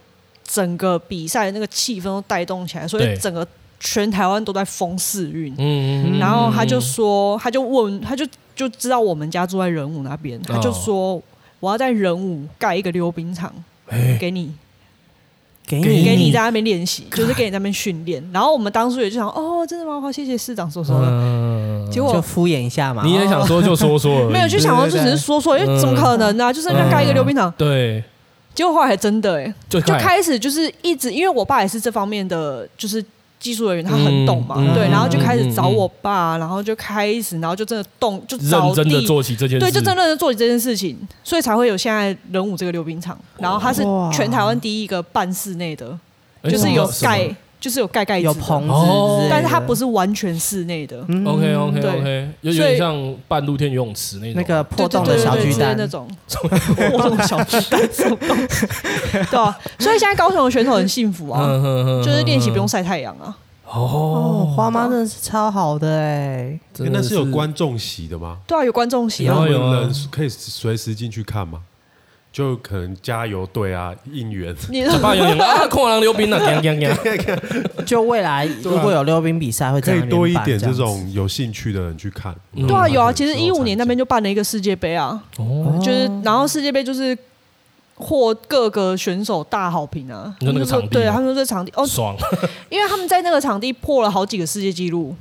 整个比赛的那个气氛都带动起来，所
对
以整个全台湾都在疯世运。
嗯，嗯
然后他就，说，他就问，他就就知道我们家住在仁武那边，
哦
他就说。我要在仁武盖一个溜冰场
哎，
给你，
给
给
你，
给你在那边练习，就是给你在那边训练。然后我们当初也就想，哦，真的吗？好，谢谢市长说说的。
嗯
结
就
果
敷衍一下嘛。哦
你也想说就说说而已，
没有，就想要就只是说说，因为怎
嗯
么可能呢？啊就是人家盖一个溜冰场，
对，
结果后来还真的哎、欸，
嗯就
就
看
开始就是一直，因为我爸也是这方面的，就是技术人员，他很懂嘛，
嗯
嗯
对，
嗯
然后就开
嗯
始
嗯
找我爸，然后就开始，然后就真的动，就找
认真的
地，
做起这件事，
对，就真的做这件事情，所以才会有现在仁武这个溜冰场，然后它是
哇
全台湾第一个半室内的，
哎
就是有
什么
盖，就是有盖盖子
有
的，
棚子
哦
之类的，
但是它不是完全室内的，
嗯
OK OK
对
OK，有有
所
点
以
像半露天游泳池那种
那个破
对对
洞
对
的
对
小
对，
巨
之类
蛋
那种，我这种小巨蛋什么东西，对啊，所以现在高雄的选手很幸福啊，
啊
就是练习不用晒太阳啊。
哦，
哦，
花妈真的是超好的
欸
哎，
诶那是有观众席的吗？
对啊，有观众席
然
啊
后。
有
有啊
人可以随时进去看吗？就可能加油队啊，应援。
你
小霸有点啊，空狼溜冰啊，呀呀呀！
就未 来如果有溜冰比赛会这
啊可
样
以多一点
连版
这
样子
种有兴趣的人去看。
嗯
对啊，有啊。其实一五年那边就办了一个世界杯啊，
哦，
就是然后世界杯就是获各个选手大好评啊。
你说那个场地吗
对，他们说这场地哦，
爽，
因为他们在那个场地破了好几个世界纪录，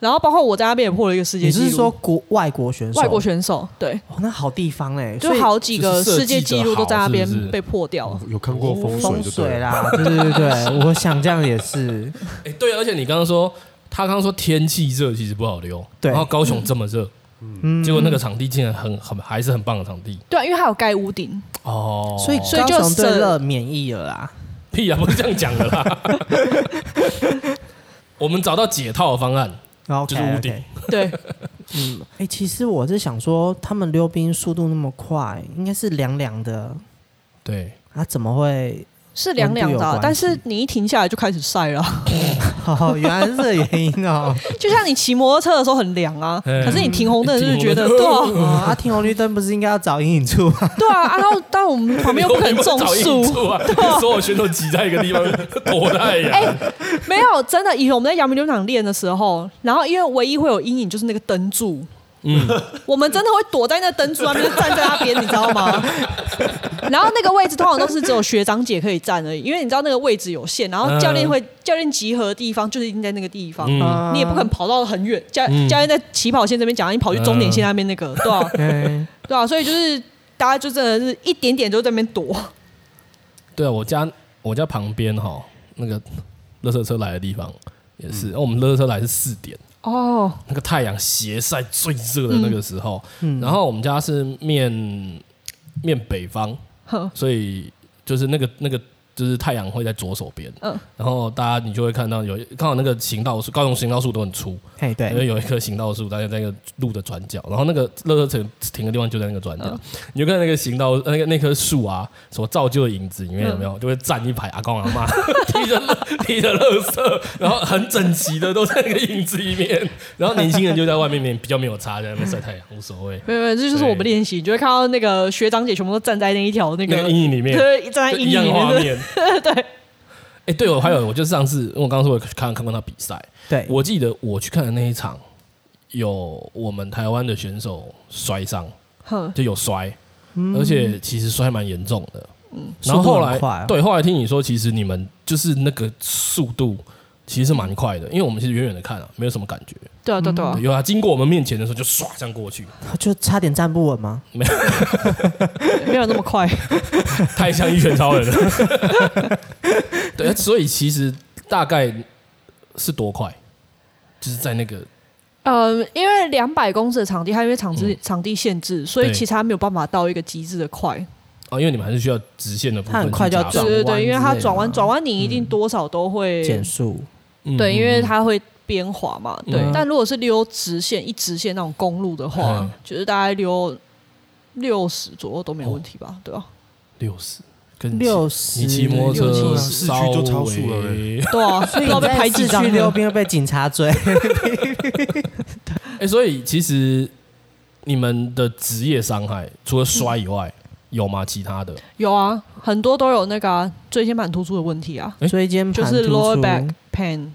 然后包括我在那边也破了一个世界
你
纪录。
是说国外国选手？
外国选手对，
哦，那好地方哎，
就
所以
好几个世界纪录都在那边
就是设计得好是不是
被破掉了。
有看过风水
风
就对
水
了。
啦，对对对对， 我想这样也是，
哎，对啊，而且你刚刚说，他刚刚说天气热，其实不好溜，
对
然后高雄这么热，
嗯，
结果那个场地竟然很很还是很棒的场地
对啊，因为它有盖屋顶，
哦，
所以
所以
高
就
雄对
省
热免疫了啦，
屁啊，不是这样讲的啦。我们找到解套的方案，
然后
就是屋顶
对，
嗯，哎、其实我是想说，他们溜冰速度那么快，应该是凉凉的，
对，
啊，怎么会？
是凉凉
温，
的啊
度有关系
但是你一停下来就开始晒了啊。
哦， 原来是这个原因哦。
就像你骑摩托车的时候很凉啊，
嗯
可是你停红灯就是觉得
停
对
红
啊，
哦啊，停红绿灯不是应该要找阴影处吗？
对啊，啊然后但我们旁边又不可能 种
有没有找
树，
树啊， 所有选手挤在一个地方躲太阳。
哎没有真的。以前我们在阳明溜场练的时候，然后因为唯一会有阴影就是那个灯柱，
嗯，
我们真的会躲在那灯柱那边就站在那边，你知 道吗？然后那个位置通常都是只有学长姐可以站而已，因为你知道那个位置有限，然后教练会教练集合的地方就是一定在那个地方。
嗯，
啊
你也不 可能。跑到很远，教
嗯
教练在起跑线这边讲，你跑去终点线那边那个， 对吧、
嗯，
对啊，所以就是大家就真的是一点点就在那边躲。
对啊，我家我家旁边哈，那个垃圾车来的地方也是，
嗯
哦我们垃圾车来是四点，
哦，
那个太阳斜晒最热的那个时候，
嗯
然后我们家是面面北方，
哼
所以就是那个那个就是太阳会在左手边，
嗯
然后大家你就会看到有刚好那个行道树，高雄行道树都很粗，
嘿，哎
哎
因为
哎
对，
有一棵行道树，大概在那个路的转角，然后那个乐色车停的地方就在那个转角，
嗯
你就看那个行道那个那棵树啊，所造就的影子里面有没有，就会站一排阿公阿妈 提着提着乐色，然后很整齐的都在那个影子里面，然后年轻人就在外面面比较没有差，在那边晒太阳无所谓，
没有没有，这就是我们练习，你就会看到那个学长姐全部都站在那一条那
那
个
个阴影里面
对，站在
就
阴
一
影
样
里
画
面。
面，对。哎、对我还有，我就上次，因为我刚刚说我看看过他比赛，
对，
我记得我去看的那一场，有我们台湾的选手摔伤，
哼，
就有摔，而且其实摔蛮严重的。嗯，
嗯速
然后
度
后
很
来、
快哦
对，后来听你说，其实你们就是那个速度其实是蛮快的，因为我们其实远远的看啊，没有什么感觉。
对啊对啊对啊
哦
对，有啊，经过我们面前的时候就唰这样过去，
就差点站不稳吗？
没有那么快。
太像一拳超人了。对，所以其实大概是多快，就是在那个
嗯，因为两百公尺的场地，它因为场地
嗯
场地限制，所以
对
其实它没有办法到一个极致的快。
啊，因为你们还是需要直线的部分
它很
去
快就要
加
啊
对
速
转
对
弯
对，因为它转弯
之类的嘛嗯
转弯你一定多少都会
减速，
嗯
对，因为
嗯嗯
它会边滑嘛，对。
嗯
但如果是溜直线一直线那种公路的话，
嗯
就是大概溜六十左右都没有问题
哦
吧，对啊吧？
六十跟
六十，
你骑摩托
六
车
七
市区就超速了
稍
欸
微
对 啊，
所
不
以
知道
你
被
在
排
市
挤
区
去
溜冰会被警察追。
哎、所以其实你们的职业伤害除了摔以外，有吗？其他的？
有啊，很多都有那个、啊、椎间盘突出的问题啊，
诶
椎间
就
盘
是
突
lower
出
back pain。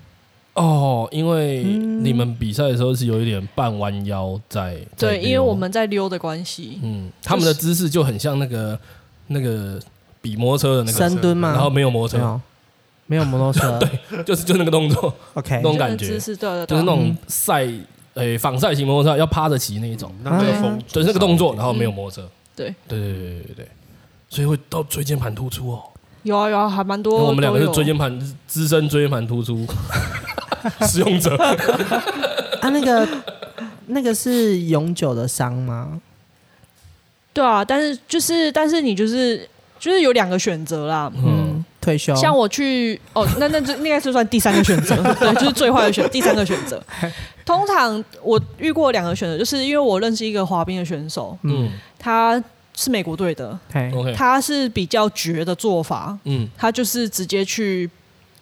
哦，因为
嗯
你们比赛的时候是有一点半弯腰在，在哦
对，因为我
溜
们在溜的关系，
嗯，他们的姿势就很像那个那个比摩托车的那个，
深蹲嘛，
然后没有摩托
没
车，
有没有摩托车
就是就那个动作，
，OK，
那种
就
感
是
觉
姿势对对
就
对
是
啊，
那种赛诶仿赛型摩托车要趴着骑那一种，
那个
对
嗯
风
对那个动作，然后没有摩托车，
对
对对对对对对，所以会到椎间盘突出哦。
有啊有啊，还蛮多
那
都有。
我们两个是椎间盘资深椎间盘突出 使用者，
啊，那个那个是永久的伤吗？
对啊，但是就是但是你就是就是有两个选择啦，
嗯，退休，
啊
像我去哦，那那这那应该是算第三个选 择，对，就是最坏的选第三个选择。通常我遇过两个选择，就是因为我认识一个滑冰的选手，
嗯
他是美国队的，
嘿
，OK，
他是比较绝的做法，
嗯，
他就是直接去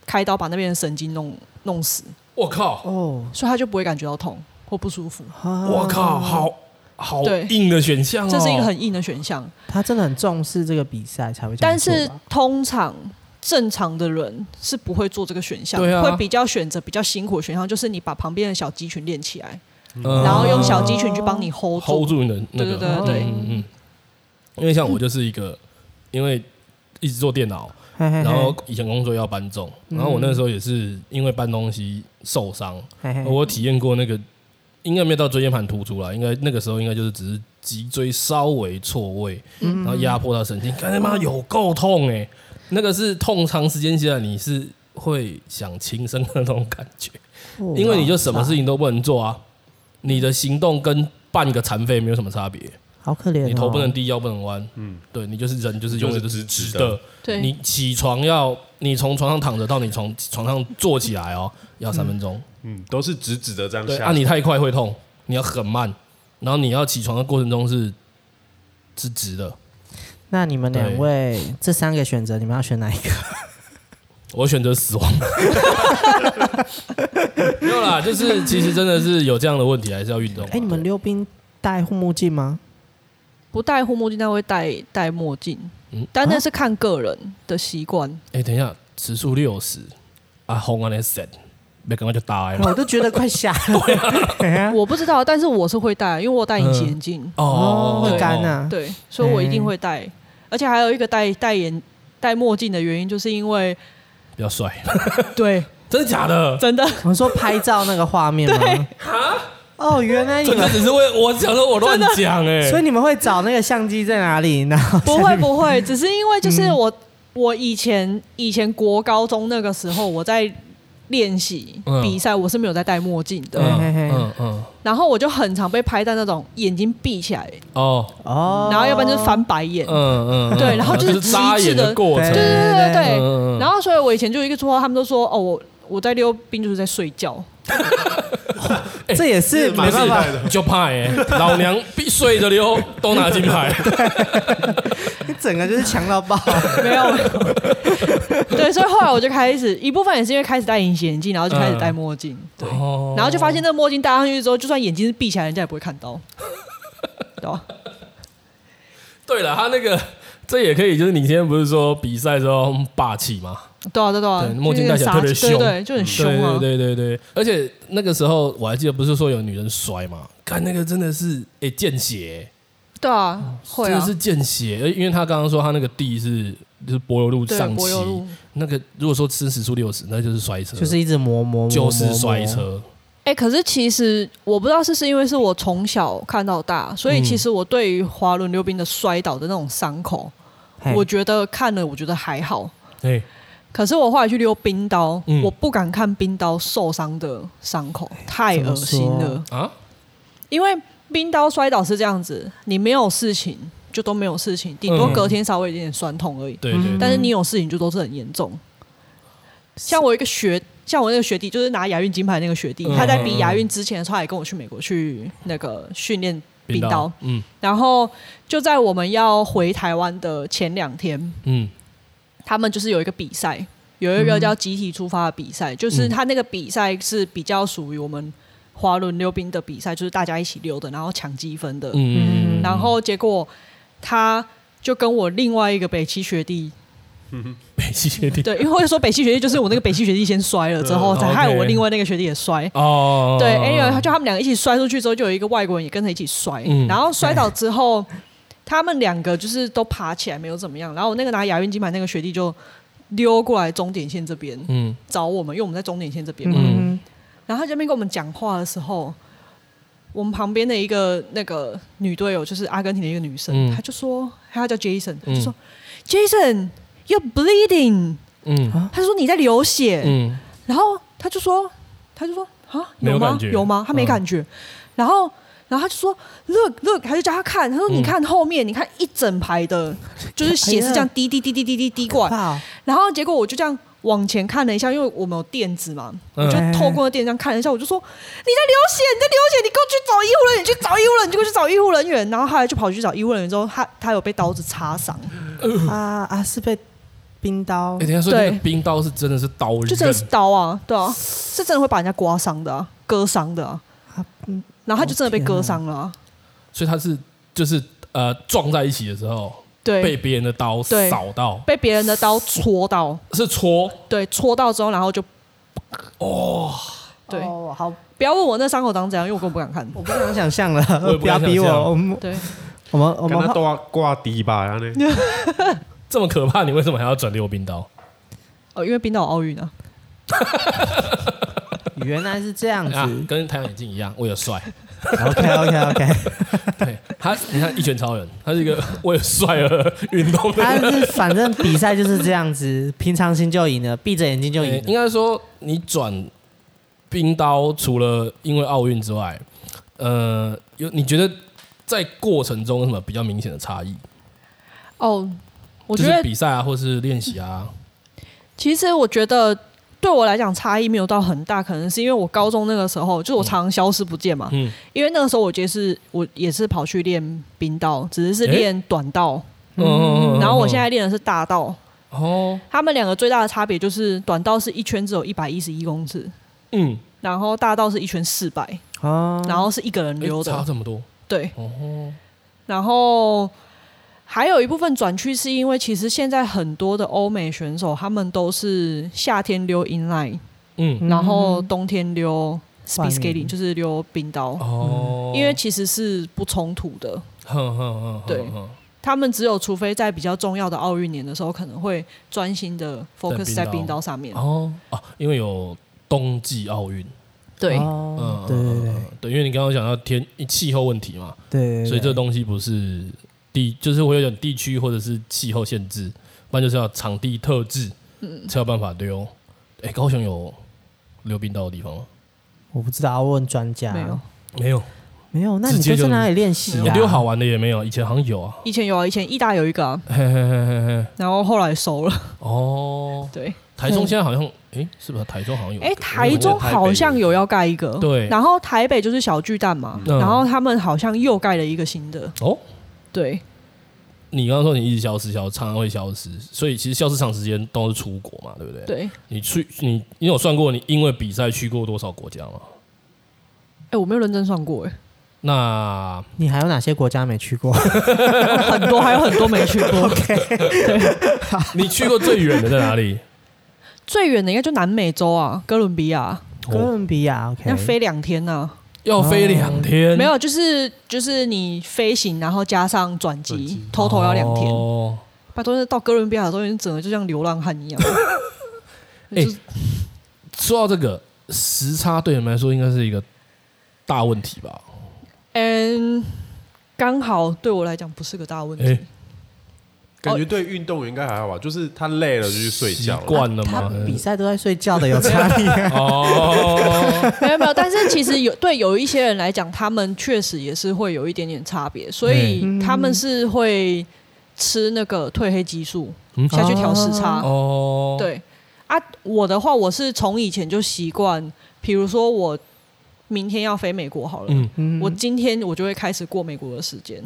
开刀把那边的神经弄弄死，
我靠，
哦，
所以他就不会感觉到痛或不舒服。
啊
我靠，，好好
嗯对
硬的选项哦，
这是一个很硬的选项，
他真的很重视这个比赛才会这样
但
做吧，
是通常正常的人是不会做这个选项，
对啊
会比较选择比较辛苦的选项，就是你把旁边的小肌群练起来，
嗯，
然后用小肌群去帮你 hold 住。
hold 住你的那个，
对对对对
嗯嗯嗯，因为像我就是一个，因为一直做电脑，
嘿嘿嘿，
然
嗯
后以前工作要搬重，然后我那时候也是因为搬东西受伤，
嘿嘿
哦我体验过那个，应该没有到椎间盘突出啦，应该那个时候应该就是只是脊椎稍微错位，
嗯
然后压迫到神经，看他妈有够痛哎、那个是痛，长时间下来你是会想轻生的那种感觉，
哦
因为你就什么事
哇
情都不能做啊，你的行动跟半个残废没有什么差别，
好可怜哦，
你头不能低，腰不能弯，嗯，对你就是人就是永远都
就是是直
直
直的
的，
对
你起床要你从床上躺着到你从床上坐起来哦，要三分钟。
嗯，都是直直的这样
对，
下。
啊，你太快会痛，你要很慢，然后你要起床的过程中是是直的。
那你们两
对
位这三个选择，你们要选哪一个？
我选择死亡。 没有啦，就是其实真的是有这样的问题，还是要运动啊。
哎，你们
对
溜冰戴护目镜吗？
不戴护目镜，但会戴戴墨镜
嗯，
但那是看个人的习惯。
哎、等一下，时速六十啊，红啊那 set，别赶快就打了。
我都觉得快瞎
啊
了 哎呀，
我不知道，但是我是会戴，因为我戴隐形眼镜，
哦，
会
哦
干，啊，
对，所以我一定会
嗯
戴。而且还有一个戴戴眼戴墨镜的原因，就是因为
哦比较帅，
对，
真的假的？
真的
我们说拍照那个画面吗？哦，原来你
真的
们，
只是为我讲的，我乱讲哎。
所以你们会找那个相机在哪里？然后
不会不会，
嗯
只是因为就是我、我以前以前国高中那个时候，我在练习
嗯
比赛，我是没有在戴墨镜的。
嗯嘿嘿
嗯嗯，
然后我就很常被拍到那种眼睛闭起来，
哦，
哦，
然后要不然就是翻白眼。
嗯嗯，嗯
对然后
嗯
就是
就是扎
极致
眼
的
的过程
对，
对对对对对。
嗯嗯嗯
然后所以我以前就有一个绰号，他们都说哦我。我在溜冰就是在睡觉，
这也是没办法，
就怕哎，老娘必睡着溜，都拿金牌，
你整个就是强到爆。
没有。没有对，所以后来我就开始，一部分也是因为开始戴隐形眼镜，然后就开始戴墨镜，对，
哦
然后就发现那个墨镜戴上去之后，就算眼睛是闭起来，人家也不会看 到，对吧？
对了，他那个这也可以，就是你今天不是说比赛之后嗯霸气吗？
对啊，对啊对啊，
对墨镜戴起来特别
就是那个杀气
凶嗯
对对，就很凶啊。
对对对对，而且那个时候我还记得，不是说有女人摔嘛？看那个真的是哎见血，
对啊，会
真的
啊，
嗯是见血，呃因为他刚刚说他那个地是就是柏油路
对
上
柏
骑
油，路。
那个如果说吃时速六十，那就是摔车，
就是一直磨磨磨，
就是
磨
摔。
磨
车，
哎、可是其实我不知道是是因为是我从小看到大，所
嗯
以其实我对于滑轮溜冰的摔倒的那种伤口，
嘿
我觉得看了我觉得还好。
哎，
可是我后来去溜冰刀，
嗯哎
我不敢看冰刀受伤的伤口，太
怎么
恶心
说
了。
啊，
因为冰刀摔倒是这样子，你没有事情就都没有事情，顶多
嗯
隔天稍微有点酸痛而已。
对对，
但是你有事情就都是很严重。像我一个学，像我那个学弟，就是拿亚运金牌那个学弟，
嗯
他在比亚运之前的时候，他也跟我去美国去那个训练冰刀，，
嗯
然后就在我们要回台湾的前两天，
嗯
他们就是有一个比赛，有一个叫集体出发的比赛，就是他那个比赛是比较属于我们滑轮溜冰的比赛，就是大家一起溜的，然后抢积分的，
嗯，
然后结果他就跟我另外一个北七学弟
北极确定
对，因为或者说北汽学弟就是我那个北汽学弟先摔了之后，
嗯
才害我
OK
另外那个学弟也摔。
哦，
对，anyway，就他们两个一起摔出去之后，就有一个外国人也跟着一起摔，
嗯
然后摔倒之后，他们两个就是都爬起来没有怎么样，然后我那个拿亚运金牌那个学弟就溜过来终点线这边
嗯
找我们，因为我们在终点线这边嘛，
嗯
嗯，
然后他这边跟我们讲话的时候，我们旁边的一个那个女队友就是阿根廷的一个女生，
嗯
她就说，她叫 Jason，她就
嗯
说、Jason，you're bleeding。
嗯
他说你在流血，
嗯，
然后他就说，他就说啊，
没有
有吗
感？觉
有吗？他没
嗯
感觉。然后，然后他就说，look look，他就叫他看，他说你看后面，你看一整排的，就是血是这样滴滴滴滴滴滴滴过来。
哇，
然后结果我就这样往前看了一下，因为我们有垫子嘛，
嗯
我就透过那垫子这样看了一下，我就说你在流血，你在流血，你给我去找医护人员，你去找医护人员，你给我去找医护人员。然后后来就跑去找医护人员之后，他他有被刀子插伤，
啊啊，是被冰刀
哎，等一下说那个冰刀是真的是刀刃，
就真的是刀啊，对啊，是真的会把人家刮伤的、啊，割伤的、啊。
啊，嗯
然后他就真的被
哦天啊
割伤了啊、
所以他是就是呃撞在一起的时候被
对，
别人的刀
对
扫到，
被别人的刀戳到，
是戳
对，戳到之后，然后就，哦，对，
哦，好，
不要问我那伤口长怎样，因为我根本不敢看。
我不想想象了
我也，不
不要
敢
逼
想象
我，我们
对，
我们
哦
我
跟他
们
挂挂低吧，然后 呢？
这么可怕，你为什么还要转溜冰刀？
哦，因为冰岛有奥运啊，
原来嗯是这样
啊
子，
跟太阳眼镜一样，为了帅。
，OK OK OK，
对他，你看一拳超人，他是一个为了帅而运动的
他
人。
是反正比赛就是这样子，平常心就赢了，闭着眼睛就
对
赢
应
了，
该说你转冰刀，除了因为奥运之外，呃，有你觉得在过程中有什么比较明显的差异？
哦，我
就
觉
是
得
比赛啊，或是练习啊，
其实我觉得。对我来讲，差异没有到很大，可能是因为我高中那个时候，就是我常常消失不见嘛。
嗯
因为那个时候我也是我也是跑去练冰道，只是是
诶
练短道，
嗯
然后我现在练的是大道。
哦，
他们两个最大的差别就是短道是一圈只有一百一十一公尺，
嗯，
然后大道是一圈四百，
啊
哦，
然后是一个人溜
诶哎差
的。
这么多
对，
哦，
然后还有一部分转区是因为其实现在很多的欧美选手他们都是夏天溜 inline，
嗯，
然后冬天溜 speed
外
skating，
面
就是溜冰刀，
哦，
嗯因为其实是不冲突的。
哼哼哼，
对
哼哼
他们只有除非在比较重要的奥运年的时候，可能会专心的 focus
在冰
在
刀
冰刀上面。
哦哦，因为有冬季奥运，
对，
哦
嗯，
对对对
嗯对，因为你刚刚讲到天气候问题嘛，
对，
所以这
对
东西不是地，就是会有点地区或者是气候限
嗯
制，不然就是要场地特制，才有办法溜。哎，高雄有溜冰道的地方吗？
我不知道，要问专家。
没有，
没有，
没有，那你
直接
就
就
在哪里练习
我
啊？
丢好玩的也没有，以前好像有啊。
以前有啊，以前义大有一个、啊，
嘿嘿嘿嘿嘿，
然后后来收 了。
哦，
对，
台中现在好像，诶，是不是台中好像有一个？
哎、台中好像有要盖一个，
对
然后台北就是小巨蛋嘛，
嗯
然后他们好像又盖了一个新的，
哦。
对，
你刚刚说你一直消失，消常常会消失，所以其实消失长时间都是出国嘛，对不对？。
对，
你去，你你有算过你因为比赛去过多少国家吗？
哎、我没有认真算过、
那
你还有哪些国家没去 过
哎，很多还有很多没去 过，
？OK，
你去过最远的在 哪里？
最远的应该就南美洲啊，哥伦比亚，
哥
哦、
伦比亚，OK，
要飞两天呢、
要飞两天、
没有，就是就是你飞行，然后加上转
转
机
机
，total 要两天。
哦，
拜托，到哥伦比亚的时候，你整个就像流浪汉一样。
哎
就是
说到这个时差，对你们来说应该是一个大问题吧？
嗯，刚好对我来讲不是个大问题。
哎
感觉对运动员应该还好吧，就是他累了就去睡
习
觉了。
惯了
他
吗？
比赛都在睡觉的，有差异啊
哦，
没有没有，但是其实有对有一些人来讲，他们确实也是会有一点点差别，所以他们是会吃那个褪黑激素
嗯
下去调时差。
哦，，
对啊，我的话我是从以前就习惯，比如说我明天要飞美国好了，
嗯，
嗯
我今天我就会开始过美国的时间。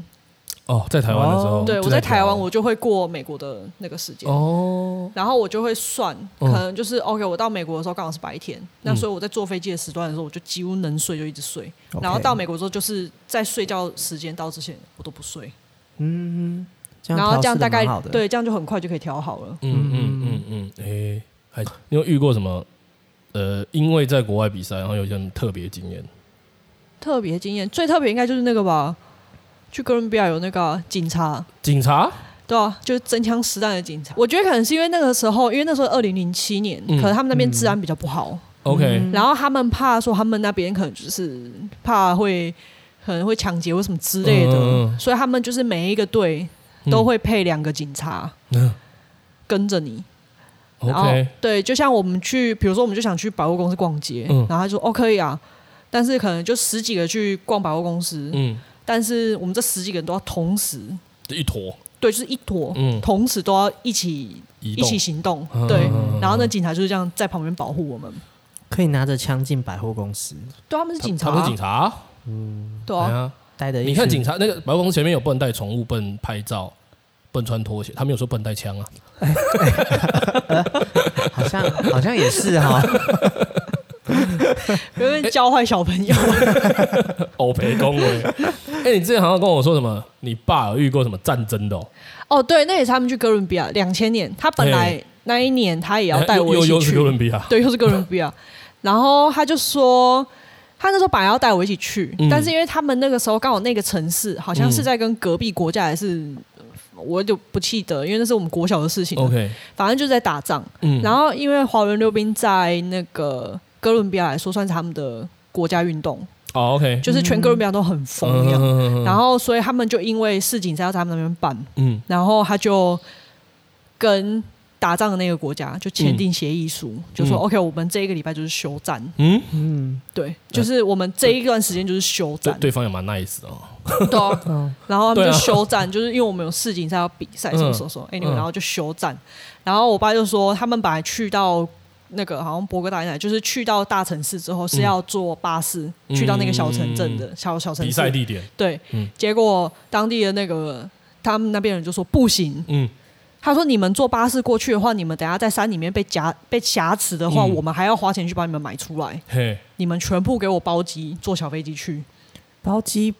哦，在台湾的时候，
哦
对，
就
我在
台
台湾我就会过美国的那个时间。
哦，
然后我就会算，可
嗯
能就是 OK，我到美国的时候刚好是白天，那
嗯
所以我在坐飞机的时段的时候，我就几乎能睡就一直睡。
OK
然后到美国之后，就是在睡觉时间到之前，我都不睡。
嗯，这
然
样
后
调
这样
试
大
得
概
蛮好的，
对，这样就很快就可以调好了。
嗯嗯嗯嗯，诶，还你有遇过什么？呃，因为在国外比赛，然后有一些很特别经验，
特别经验最特别应该就是那个吧，去哥伦比亚有那个啊警察，
警察
对啊，就是真枪实弹的警察。我觉得可能是因为那个时候，因为那时候二零零七年，
嗯
可能他们那边治安比较不好，
，OK，
然后他们怕说他们那边可能就是怕会可能会抢劫或什么之类的，
嗯嗯嗯
所以他们就是每一个队都会配两个警察
嗯
跟着你。然后
哦，OK，
对，就像我们去，比如说我们就想去百货公司逛街，
嗯
然后他就说哦可以啊，但是可能就十几个去逛百货公司，
嗯，
但是我们这十几个人都要同时，
就一坨
对，就是一坨，
嗯
同时都要一起
移
一
动
起，行动，
嗯
对
嗯嗯。嗯
然后那警察就是这样在旁边保护我们。
可以拿着枪进百货公司，
对，他们是警察
他
啊，
们是警察，
对
哎
啊，
呀，
待着一
你看
群
警察那个白宫前面有不能带宠物，不能拍照，不能穿拖鞋，他们有说不能带枪啊，
好像好像也是 哈，
有点教坏小朋友。
欧培公哎， 哎，你之前好像跟我说什么，你爸有遇过什么战争的哦，
哦，对，那也是他们去哥伦比亚两千年，他本来
嘿哎
那一年他也要带我
又
一起
又是
去，
哥伦比亚，
对，又是哥伦比亚。然后他就说，他那时候本来要带我一起去，
嗯
但是因为他们那个时候刚好那个城市好像是在跟隔壁国家还是。我就不记得，因为那是我们国小的事情了。
，OK，
反正就是在打仗。
嗯，
然后，因为华人溜冰在那个哥伦比亚来说，算是他们的国家运动，
哦，OK，
就是全哥伦比亚都很疯一样。
嗯
然后，所以他们就因为世锦赛要在他们那边办，
嗯
然后他就跟打仗的那个国家就签订协议书，就说、
嗯
OK，我们这一个礼拜就是休战，
嗯，
嗯，
对，就是我们这一段时间就是休
对
战，
对方也蛮 nice 的哦。
对啊
嗯
然后他
对
们
啊
就休战，就是因为我们有世锦赛要比赛，
嗯
什么什么什么，anyway，
嗯
然后就休战。然后我爸就说，他们本来去到那个好像博格达那，就是去到大城市之后是要坐巴士、
嗯
去到那个小城镇的、小小城
比
市
赛地点，
对，
嗯
结果当地的那个他们那边人就说不行，
嗯，
他说：“你们坐巴士过去的话，你们等下在山里面被夹被挟持的话，
嗯
我们还要花钱去把你们买出来。
嘿，
你们全部给我包机，坐小飞机 去，
包机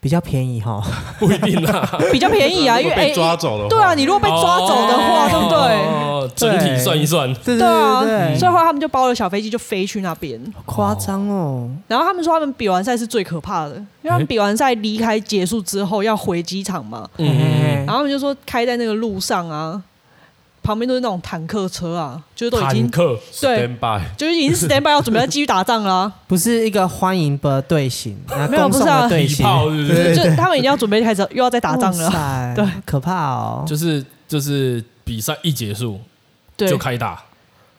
比较便宜哈，
不一定啦。
比较便宜 啊。因为
如果
哎
被抓走了，
对啊，你如果 被抓走的话，对不对？
哦整体算一算，
对
对啊，
对嗯
所以后来他们就包了小飞机就飞去那边。
夸张哦，
然后他们说，他们比完赛是最可怕的，因为他们比完赛离开结束之后要回机场嘛，
嗯
然后他们就说开在那个路上啊，旁边都是那种坦克车啊，就是都已
坦
经
克，
对，
stand by，
就是已经 stand by 要准备要继续打仗了啊、
不是一个欢迎的队 形，那
没有
攻
不是
送的
啊
队
礼
形，
炮是不是？
就他们已经要准备开始又要再打仗
啊
了，
了
对，
可怕哦，
就是就是比赛一结束
对
就开打，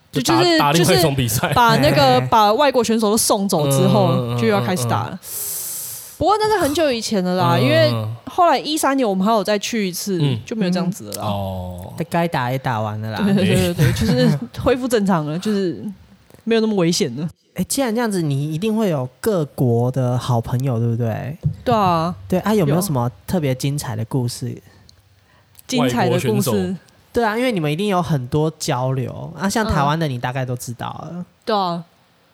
就
打
就是
打
就
另外一
是
种比赛，
把那个
哎
把外国选手都送走之
嗯嗯
后
嗯，
就要开始打了。不过那是很久以前的啦，
嗯
因为后来一三年我们还有再去一次
嗯，
就没有这样子了啦。
哦，哎
该打也打完了啦。
对对对对对，就是 恢复正常了，就是没有那么危险了。
哎，既然这样子，你一定会有各国的好朋友，对不对？
对啊，
对啊，有没有
有
什么特别精彩的故事？
精彩的故
外国选手
事，
对啊，因为你们一定有很多交流啊，像
嗯
台湾的你大概都知道了。
对啊。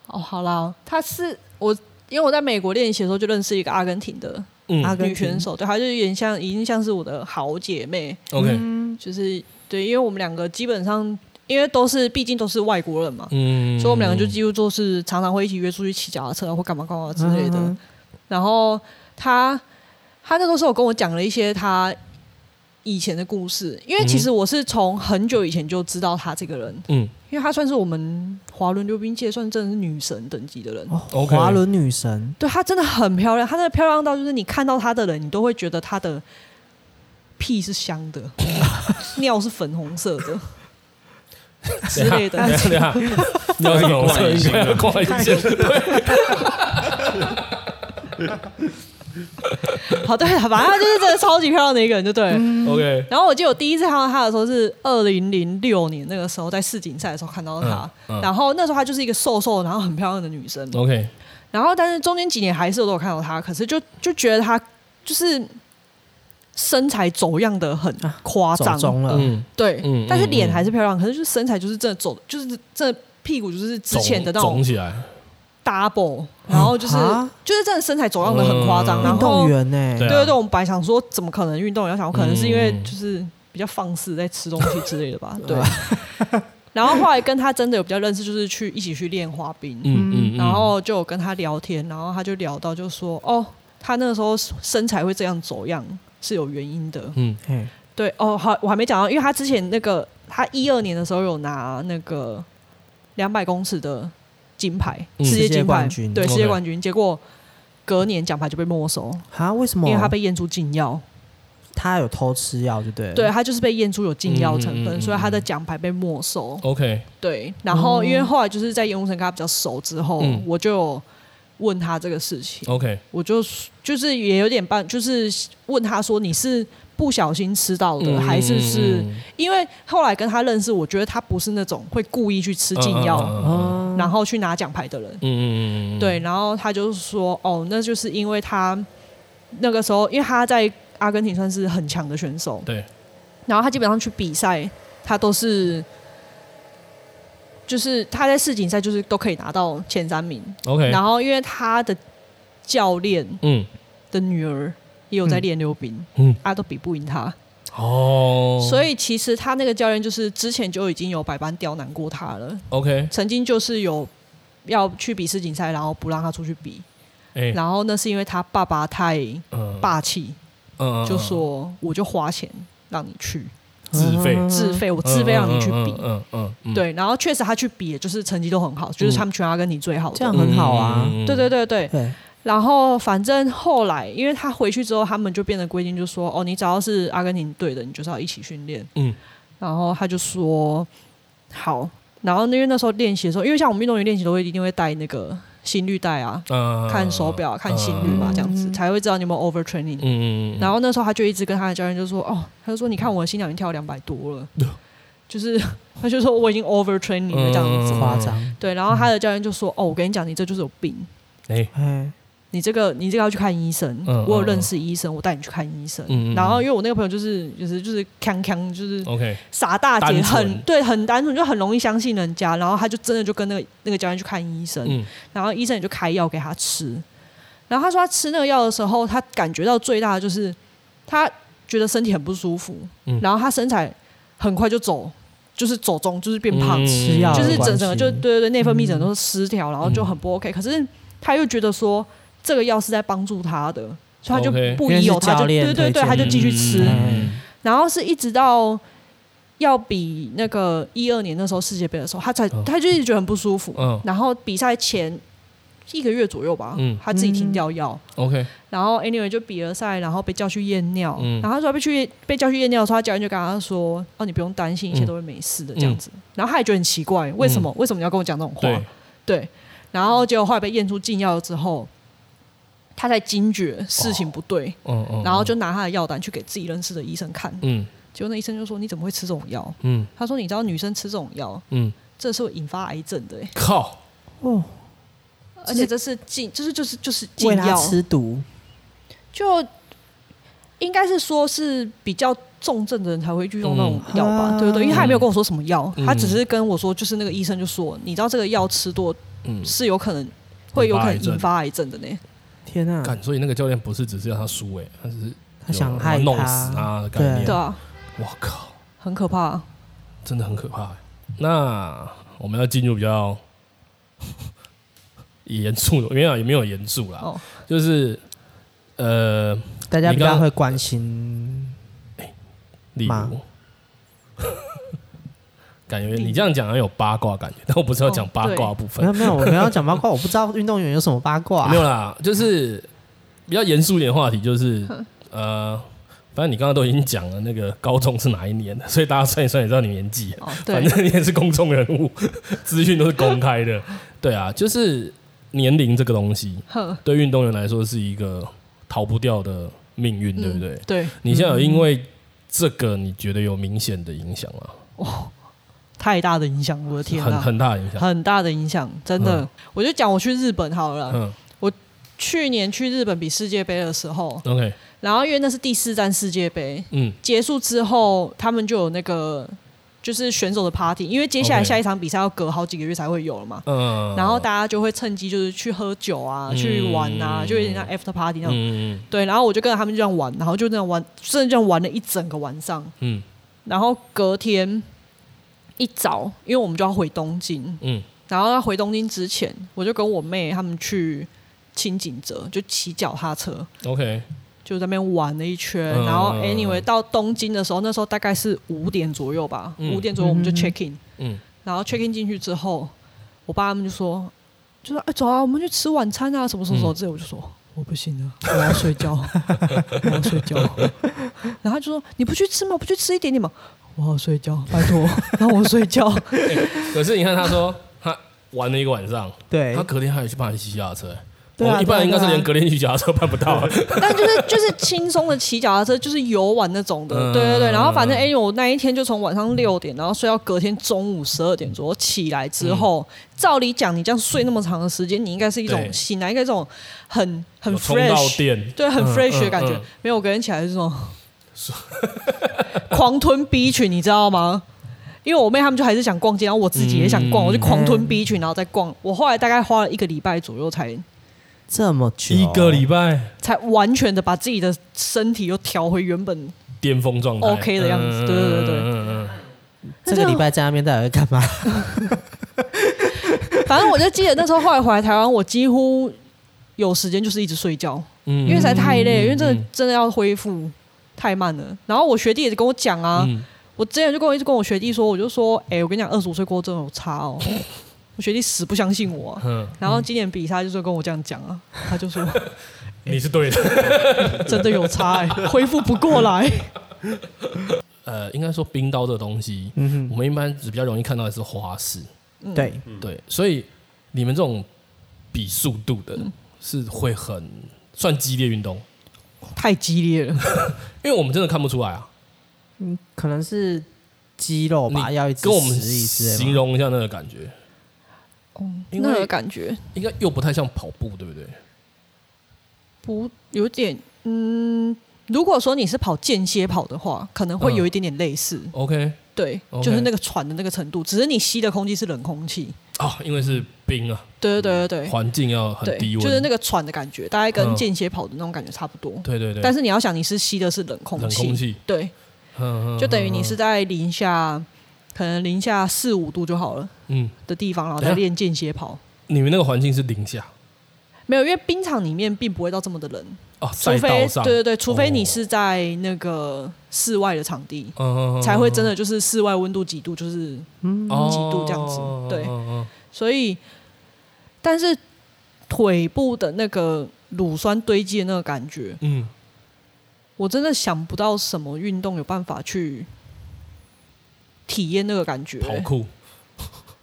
哦，好啦，他是我，因为我在美国练习的时候就认识一个阿根廷的
嗯
阿根
女
廷
选手，对，她就有点像，已经像是我的好姐妹。
，OK，
嗯就是对，因为我们两个基本上，因为都是毕竟都是外国人嘛，
嗯，
所以我们两个就几乎都是常常会一起约出去骑脚踏车啊或干嘛干嘛之类的。
嗯
然后他他那时候是有跟我讲了一些他以前的故事，因为其实我是从很久以前就知道他这个人，
嗯
因为他算是我们华伦溜冰界算真的是女神等级的人。
哦
OK
滑轮女神，
对她真的很漂亮，她真的漂亮到就是你看到她的人，你都会觉得她的屁是香 的，尿是粉红色的之类的。
等一下，等一下你要什么？
冠以心
要冠以心
好，对，反正她就是真的超级漂亮的一个人，就对了。
嗯，OK，
然后我记得我第一次看到她的时候是二零零六年那个时候在世锦赛的时候看到她，
嗯嗯嗯
然后那时候她就是一个瘦瘦然后很漂亮的女生，
OK，
然后但是中间几年还是我都有看到她，可是就就觉得她就是身材走样的很
啊
夸
走
张，
中了，
嗯，
对，
嗯
但是
嗯
脸
嗯
还是漂亮，可是就是身材就是真的走，就是真的屁股就是之
肿
前的那
肿
种
起来，
double，然后就是、
啊
就是真的身材走样的很夸张，
嗯
然
运
后
动员呢？
对
对
啊
对对，我们本来想说怎么可能运动员要想，我可能是因为
嗯
就是比较放肆在吃东西之类 的吧，对。
啊
然后后来跟他真的有比较认识，就是去一起去练滑冰，
嗯嗯，
然后就有跟他聊天，然后他就聊到就说哦，他那个时候身材会这样走样是有原因的，
嗯
嘿
对哦，好，我还没讲到，因为他之前那个他一二年的时候有拿那个两百公尺的金牌，
嗯
世界
世界
金牌
冠，军
对，世界
OK
冠军。结果隔年奖牌就被没收，
啊，为什么？
因为他被验出禁药，
他有偷吃药，对不对？
对，他啊就是被验出有禁药成
嗯嗯嗯
分，
嗯哦
所以他的奖牌被没收。
，OK，
对，然后因为后来就是在严武成跟他比较熟之后
嗯，哦
我就有问他这个事情，
OK，
我就就是也有点半，就是问他说你是不小心吃到
嗯
的，还是是？因为后来跟他认识，我觉得他不是那种会故意去吃禁药，
嗯
哦，
然后去拿奖牌的人。
嗯嗯，
对，然后他就是说，哦，那就是因为他那个时候，因为他在阿根廷算是很强的选手，
对，
然后他基本上去比赛，他都是。就是他在世锦赛就是都可以拿到前三名，
，OK，
然后因为他的教练
嗯
的女儿也有在练溜冰，
嗯
嗯，啊都比不赢他，
哦，
所
以
以其实他那个教练就是之前就已经有百般刁难过他了，
OK，
曾经就是有要去比世锦赛，然后不让他出去比，
哎，
然后那是因为他爸爸太霸气，
嗯
就说我就花钱让你去
自费
自费，我自费让你去比。
嗯嗯嗯，
对，然后确实他去比，也就是成绩都很好，就是他们全阿根廷最好
这样
的。
很好啊。
嗯
对对对对，
对，
然后反正后来，因为他回去之后，他们就变得规定，就说哦，你只要是阿根廷队的，你就是要一起训练。
嗯，
然后他就说好。然后因为那时候练习的时候，因为像我们运动员练习都会一定会带那个心率带啊，
嗯，
看手表、看心率嘛，这样子才会知道你有没有 over training。
嗯嗯，
然后那时候他就一直跟他的教练就说：“哦，他就说你看我的心跳已经跳两百多
嗯
了，就是他就说我已经 over training 了这样子。
嗯
夸张。
对，然后他的教练就说：“哦，我跟你讲，你这就是有病。”
哎，
哎，
你这个你这个要去看医生，
嗯
我有认识医生，我带你去看医生。
嗯嗯嗯
然后因为我那个朋友就是就是就是锵锵，就是
OK，
傻大姐，
单纯
很对，很单纯，就很容易相信人家。然后他就真的就跟那个那个教练去看医生，
嗯
然后医生也就开药给他吃。然后他说他吃那个药的时候，他感觉到最大的就是他觉得身体很不舒服，
嗯
然后他身材很快就走，就是走中，就是变
嗯
胖，
吃药
嗯就是
的关
整整个
系嗯
就对对对，内分泌整个都是失调，然后就
嗯
很不 OK。可是他又觉得说这个药是在帮助他的，所以他就
OK
不疑有他，
因为是教
就
练
对对
推
对，
荐
他就继续吃。
嗯
然后是一直到要比那
哦
个一二年那时候世界杯的时候，他才
嗯
他就一直觉得很不舒服
嗯。
然后比赛前一个月左右吧，
嗯
他自己停掉药，
OK，
然后 anyway 就比了赛，然后被叫去验尿，
嗯
然后他说他被去被叫去验尿的时候，他教练就跟他说：“哦，你不用担心，一切都会没事的。”这样子，然后他也觉得很奇怪，为什么？为什么你要跟我讲这种话？
嗯对，
对，然后结果后来被验出禁药之后，他才惊觉事情不对，
嗯嗯，
然后就拿他的药单去给自己认识的医生看，
嗯
结果那医生就说：“你怎么会吃这种药
嗯？”
他说：“你知道女生吃这种药，
嗯，
这是会引发癌症的、欸
靠，
哦，
而且这是禁，就是就是就是禁
喂他
药，
吃毒，
就应该是说是比较重症的人才会去用那种
嗯
药吧，
啊
对不对？因为他也没有跟我说什么药，
嗯
他只是跟我说，就是那个医生就说，你知道这个药吃多
嗯，
是有可能会有可能
引
引发癌症的呢。
天啊，
干，所以那个教练不是只是让他输哎，他只是
他想害
弄死
他，
他的概念。
对啊，
我靠，
很可 怕。啊
真的很可怕欸。那我们要进入比较 严肃的，没有也没有严肃啦，
哦
就是呃，
大家比
你
较
刚
会关心
例
吗
如， 感觉你这样讲很有八卦感觉，但我不是要讲八卦的部分
没有，没有，我们要讲八卦，我不知道运动员有什么八卦、
没有啦，就是比较严肃一点的话题，就是呃，反正你刚刚都已经讲了那个高中是哪一年的，所以大家算一算也知道你年纪了。
哦，对
反，正你也是公众人物， 资讯都是公开的。对啊，就是年龄这个东西，
哼，
对运动员来说是一个逃不掉的命运，对不对
嗯？ 对，
你现在有因为这个你觉得有明显的影响吗？
太大的影响，我的天
很
啊，
很大的影响。
很大的影响，真的。我就讲我去日本好了，
嗯
去年去日本比世界杯的时候，
，OK，
然后因为那是第四站世界杯，
嗯
结束之后，他们就有那个就是选手的 party，因为接下来
OK
下一场比赛要隔好几个月才会有了嘛。
嗯，
然后大家就会趁机就是去喝酒啊，
嗯
去玩啊，就有点像 after party 那种。
嗯
对，然后我就跟着他们这样玩，然后就这样玩，真的这样玩了一整个晚上。
嗯
然后隔天一早，因为我们就要回东京，
嗯
然后要回东京之前，我就跟我妹他们去清景泽，就骑脚踏车。
嗯，OK，
就在那边玩了一圈，
嗯
然后 anyway 到东京的时候，那时候大概是五点左右吧，
嗯
五、点左右我们就 check in，、
嗯
然后 check in 进去之后，我爸他们就说，就说哎、走啊，我们去吃晚餐啊，什么什么什么之类，我就说我不行啊了，我要睡觉，我要睡觉，然后他就说你不去吃吗？不去吃一点点吗？我要睡觉，拜托，让我睡觉。
可是你看他说他玩了一个晚上，
哎
对
他，隔天还有去办骑脚踏车，欸
对啊
我们一般人应该是
对啊
连隔天去脚踏车办不到。
但就是就是轻松的骑脚踏车，就是游玩那种的，
嗯
对对对。然后反正哎、我那一天就从晚上六点，然后睡到隔天中午十二点左右起来之后，照理讲你这样睡那么长的时间，你应该是一种
嗯对
醒来应该这种很很
有充到
fresh，
电，
对，很
嗯
fresh 的
嗯
感觉。
嗯
没有，我隔天起来就是这种狂吞 B 群，你知道吗？因为我妹他们就还是想逛街，然后我自己也想逛，
嗯
我就狂吞 B 群，然后再逛。我后来大概花了一个礼拜左右才
这么久，
一个礼拜
才完全的把自己的身体又调回原本。
巅峰状态
OK 的样子对对对对
嗯嗯
这个礼拜在那边到底在干嘛？
反正我就记得那时候后来回来台湾，我几乎有时间就是一直睡觉，
嗯
因为实在太累，
嗯
因为真的
嗯
真的要恢复太慢了。然后我学弟也跟我讲啊，
嗯
我之前就跟我一直跟我学弟说，我就说，哎、我跟你讲，二十五岁过后真的有差 哦。我学弟死不相信我啊、
嗯，
然后今年比赛就是跟我这样讲啊，他就说
嗯你是对的。
真的有差、欸，恢复不过来。
呃，应该说冰刀这个东西，
嗯
我们一般只比较容易看到的是花式，
嗯
哼，对，
对，所以你们这种比速度的
嗯
是会很算激烈运动，
太激烈了，
因为我们真的看不出来啊。
可能是肌肉吧，
你
要一直
跟我们
使力之类的吧
形容一下那个感觉，因为
哦那个感觉
应该又不太像跑步，对不对？
不有点，嗯，如果说你是跑间歇跑的话，可能会有一点点类似。
OK
对
嗯 OK
就是那个喘的那个程度，只是你吸的空气是冷空气。
啊，因为是冰啊，
对对对
环境要
对
很
对，
低温，
就是那个喘的感觉，大概
嗯
跟间歇跑的那种感觉差不多。
对嗯对对，
但
是
是你要想，你是吸的是冷空
冷
气，
空气，
对，
嗯，嗯
就等于你
嗯
是在零下，可能零下四五度就好了
嗯，
的地方，然后再
等一下
练间歇跑。
你们那个环境是零下
没有，因为冰场里面并不会到这么的冷，
哦，
除
赛道
非
上，
对对对，除非你
哦
是在那个室外的场地，
嗯嗯嗯
才会真的就是室外温度几度，就是
哦
几度这样子对
嗯嗯嗯
所以，但是腿部的那个乳酸堆积的那个感觉，
嗯，
我真的想不到什么运动有办法去体验那个感觉、
跑酷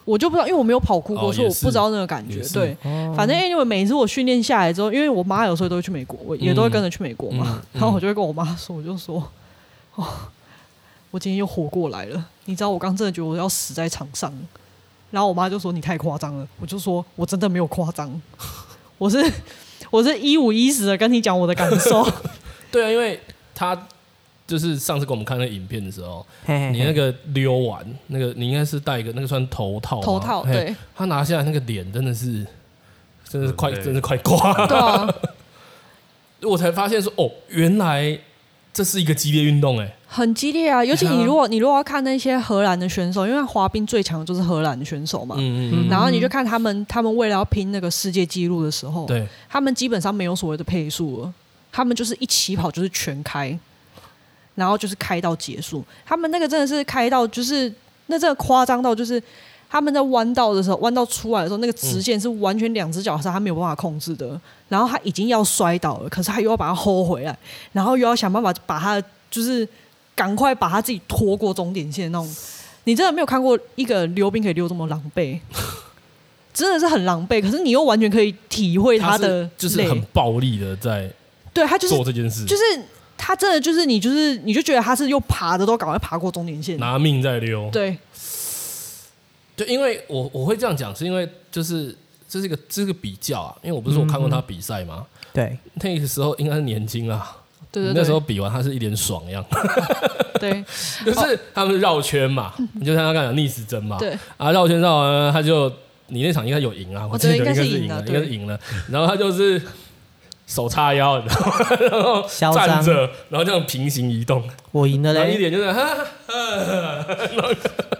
我就不知道，因为我没有跑酷过，
哦
所以我
也是
不知道那个感觉
也。是哦
对，反正 anyway，每次我训练下来之后，因为我妈有时候都会去美国，我也都会跟着去美国嘛，
嗯
然
嗯
后我就会跟我妈说，我就说，哦，我今天又活过来了，你知道我刚真的觉得我要死在场上了，然后我妈就说你太夸张了，我就说我真的没有夸张， 我是我是一五一十的跟你讲我的感 受，
对啊，因为他就是上次给我们看那个影片的时候，
嘿嘿
你那
嘿
个溜完那个，你应该是戴一个那个算头套吗，
头套
嘿
对，
他拿下来那个脸真的是，真的是快，
很累
真的是快挂了，
对啊，
我才发现说哦，原来这是一个激烈运动哎，
很激烈啊，尤其
对啊
你如果你如果要看那些荷兰的选手，因为滑冰最强的就是荷兰的选手嘛，
嗯嗯
然后你就看他们，他们为了要拼那个世界纪录的时候，
嗯，对，
他们基本上没有所谓的配速了，他们就是一起跑就是全开，然后就是开到结束。他们那个真的是开到就是那真的夸张到就是他们在弯道的时候，弯道出来的时候，那个直线是完全两只脚是他没有办法控制的，然后他已经要摔倒了，可是他又要把他 hold 回来，然后又要想办法把他就是赶快把他自己拖过终点线那种。你真的没有看过一个溜冰可以溜这么狼 狈，真的是很狼狈。可是你又完全可以体会
他是
的
就是
累
很暴力的在
对他就是
做这件事，
就是他真的就是你就是你就觉得他是又爬的都赶快爬过终点线，
拿命在溜，
对
对，因为我我会这样讲，是因为就是这是一个这是个比较啊，因为我不是说我看过他比赛嘛，
对，
那个时候应该是年轻啊，
对对对，
那时候比完他是一脸爽样，
对
就是他们绕圈嘛，你就像他刚才讲逆时针嘛，
对
啊绕圈绕完他就你那场应该有赢啊，我记得
对应
应
该
该
是
是
赢
赢
了
了，应
对
该是赢了，然后他就是手叉腰，然后然后
嚣张
站着，然后这样平行移动，
我赢了
然后一
嘞！
脸就是哈哈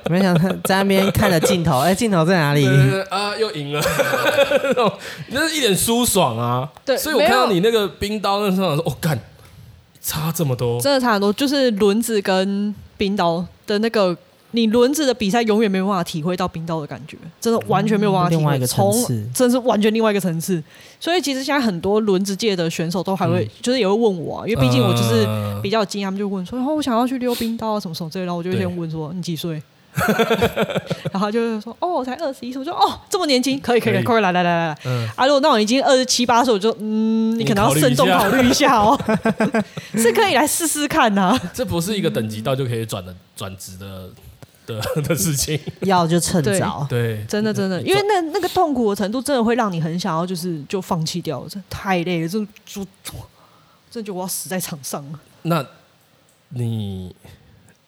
没想到在那边看着镜 头，哎，镜头在哪里？
呃啊又赢了， 那种就是一脸舒爽啊，
对
所以我
没有
看到你那个冰刀那时候我说，哦干，差这么多，
真的差很多，就是轮子跟冰刀的那个。你轮子的比赛永远没有办法体会到冰刀的感觉，真的完全没有办法体
另外一
会，
个
从
层次
真的是完全另外一个层次。所以其实现在很多轮子界的选手都还会，就是也会问我、啊，因为毕竟我就是
嗯
比较有经验，他们就问说，哦，我想要去溜冰刀啊，什么什么之类的，然后我就会先问说你几岁， 然后他就会说哦，我才二十一岁，我说哦这么年轻，可以可以，
可
可
以
以快快来来来来
嗯
来，啊，如果那种已经二十七八岁，我就嗯，你可能要
你考虑一
慎重
下
考虑一下 哦，是可以来试试看啊呐、
这不是一个等级到就可以转的转职的的 的事情。
要就趁
哦
早，
对，
真的真的，因为那那个痛苦的程度，真的会让你很想要就是就放弃掉，真的太累了，真的就真的就我要死在场上了。
那你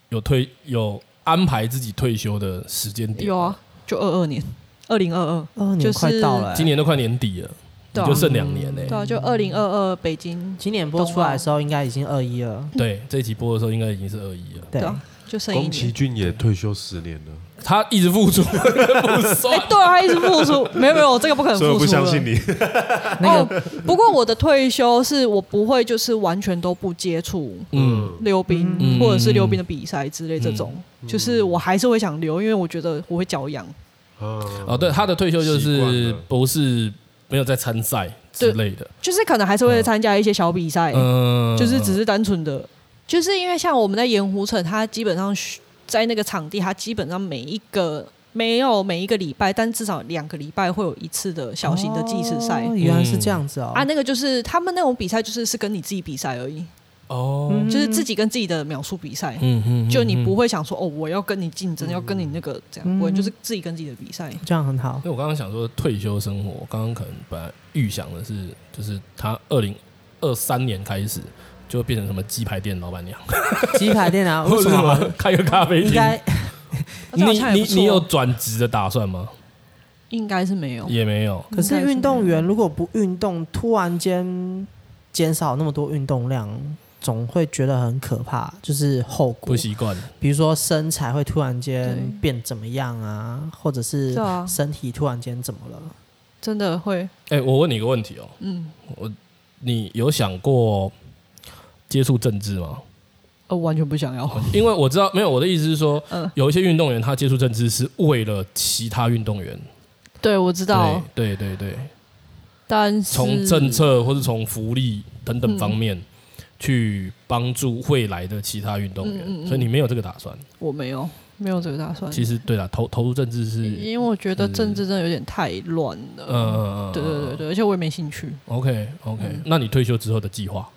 有退有安排自己退休的时间点？
有，啊，就二二年，二零二二，
哦，你
就
们
是
快到了欸。
今年都快年底了，
对
你
啊
就剩两年呢、欸
对啊，就二零二二北京，
今年播出来的时候，应该已经二一了。
对，这一集播的时候应该已经是二一了。
对
对，啊，就剩一
宫崎
年。
骏也退休十年了，
他一直付出， 不
哎、
算。
对啊，他一直付出，没有没有，我这个不可能付出
所以
了。
我不相信你。
那
哦，不过我的退休是我不会就是完全都不接触
嗯，
溜冰、
嗯
或者是溜冰的比赛之类这
嗯
种，就是我还是会想溜，因为我觉得我会脚痒。
哦，
哦
对，他的退休就
习惯
是
了
不是没有在参赛之类的，
就是可能还
嗯
是会参加一些小比赛，
嗯，
就是只是单纯的，就是因为像我们在盐湖城，它基本上是在那个场地，它基本上每一个没有每一个礼拜，但至少两个礼拜会有一次的小型的计时赛。
哦原来是这样子哦。
啊，那个就是他们那种比赛，就是是跟你自己比赛而已，
哦，
嗯
就是自己跟自己的秒数比赛，
嗯嗯，
就你不
会。
会想说哦，我要跟你竞争，要跟你那个这样，
嗯
不会，就是自己跟自己的比赛。
这样很好
因为我刚刚想说退休生活，我刚刚可能本来预想的是，就是他二零二三年开始就会变成什么鸡排店老板娘，
鸡排店啊，
或
为
者
什
什
么？
么开个咖啡
应
厅。
该
这好
你
像
你
也不错啊
你有转职的打算吗？
应该是没有，
也没有。
可是运动
应该是没有
员如果不运动，突然间减少那么多运动量，总会觉得很可怕，就是后
不
果。
习惯，
比如说身材会突然间
对
变怎么样啊，或者是
是啊
身体突然间怎么了？
真的会，
哎、我问你一个问题哦，
嗯，
你有想过接触政治吗？
呃，完全不想要。
因为我知道，没有我的意思是说，
嗯
有一些运动员他接触政治是为了其他运动员。
对，我知道，
对对对对，
但是
从政策或是从福利等等方面去帮助未来的其他运动员，
嗯嗯嗯哎
所以你没有这个打算。
我没有没有这个打算，
其实嗯对啦，投投入政治
哎
是，
因为我觉得政治真的有点太乱了。
呃，
嗯对对嗯对对，而且我也没兴趣。
，OK OK。那你退休之后的计划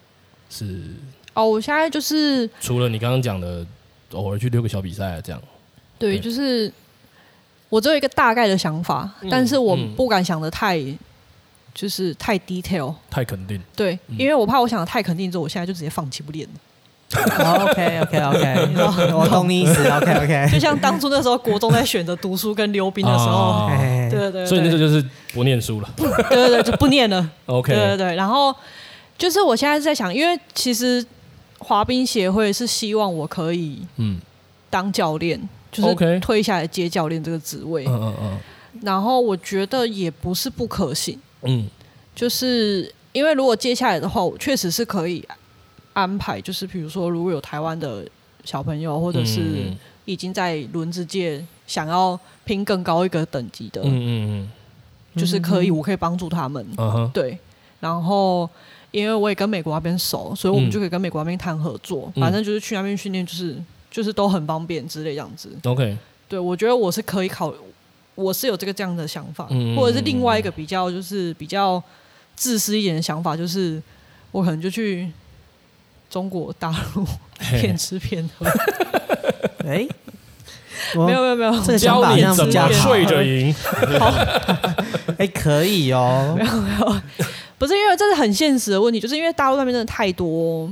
是
哦，我现在就是
除了你刚刚讲的偶尔去溜个小比赛啊这样，
对，
对
就是我只有一个大概的想法，
嗯
但是我
嗯
不敢想的太，就是太 detail。
太肯定。
对，因为我怕我想的太肯定之后，我现在就直接放弃不练了。
OK OK OK，我懂 你意思。OK
就
OK，
像当初那时候国中在选择读书跟溜冰的时候，
啊
哎
对对对，
所以那个
对
就是不念书了。
对对就不念 了。对对
OK，
对，然后就是我现在在想，因为其实滑冰协会是希望我可以
嗯，
当教练，就是
OK
退下来接教练这个职位。
嗯嗯嗯
然后我觉得也不是不可行，
嗯
就是因为如果接下来的话，我确实是可以安排，就是比如说如果有台湾的小朋友，或
嗯，
者是
嗯
已经在轮子界想要拼更高一个等级的，
嗯嗯
就是可以，我可以帮助他们。
嗯，嗯哼，
对，然后因为我也跟美国那边熟，所以我们
嗯
就可以跟美国那边谈合作。
嗯
反正就是去那边训练，就是就是都很方便之类这样子。
OK，
对，我觉得我是可以考，我是有这个这样的想法，
嗯
或者是另外一个比较就是比较自私一点的想法，就是我可能就去中国大陆
嘿
骗吃骗喝，
哎，
哦
没有
我
没有没有，
这个想
教
法
你
这样
怎
比
么
较好
睡着赢。
哎可以哦，
不是因为这是很现实的问题，就是因为大陆那边真的太多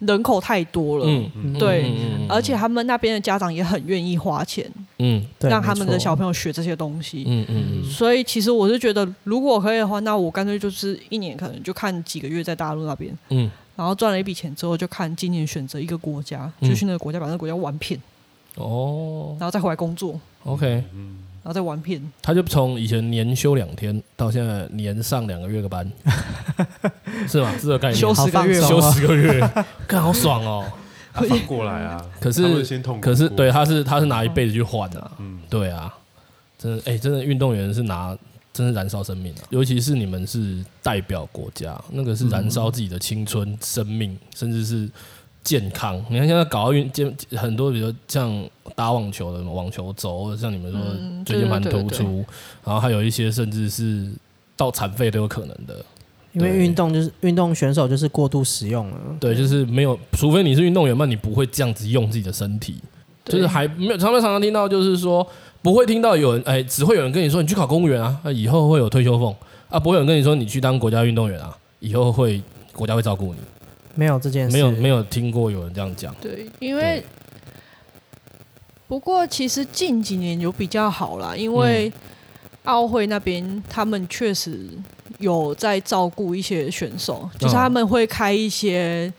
人口太多了，
嗯，
对
嗯
而且他们那边的家长也很愿意花钱
嗯
对
让他们的
没错
小朋友学这些东西。
嗯嗯嗯
所以其实我是觉得，如果可以的话，那我干脆就是一年可能就看几个月在大陆那边，
嗯
然后赚了一笔钱之后，就看今年选择一个国家，
嗯
就去那个国家把那个国家玩遍，
哦
然后再回来工作，
，OK，
嗯
然后再玩遍。
他就从以前年休两天到现在年上两个月的班， 是吗？是这个概念，
休
好
十个
放
月
松
休
哦
十个月，看好爽哦。
啊反过来啊，
可是
他们先痛苦过，
可是对，啊他是他是拿一辈子去换啊，
嗯
对啊，真的哎、真的运动员是拿真是燃烧生命啊，尤其是你们是代表国家，那个是
嗯
燃烧自己的青春、生命，甚至是健康。你看现在搞奥运健很多，比如像打网球的网球肘，或者像你们说
嗯
椎间盘
对对
突
对
出，然后还有一些甚至是到残废都有可能的。
因为
对
运动就是运动选手就是过度使用了，
对，就是没有，除非你是运动员嘛，你不会这样子用自己的身体，
对
就是还没有。常常常常听到，就是说不会听到有人，哎，只会有人跟你说你去考公务员啊，啊以后会有退休俸啊，不会有人跟你说你去当国家运动员啊，以后会国家会照顾你，
没有这件事，
没有没有听过有人这样讲。
对，因为不过其实近几年有比较好啦，因
嗯
为奥会那边他们确实有在照顾一些选手，
哦
就是他们会开一些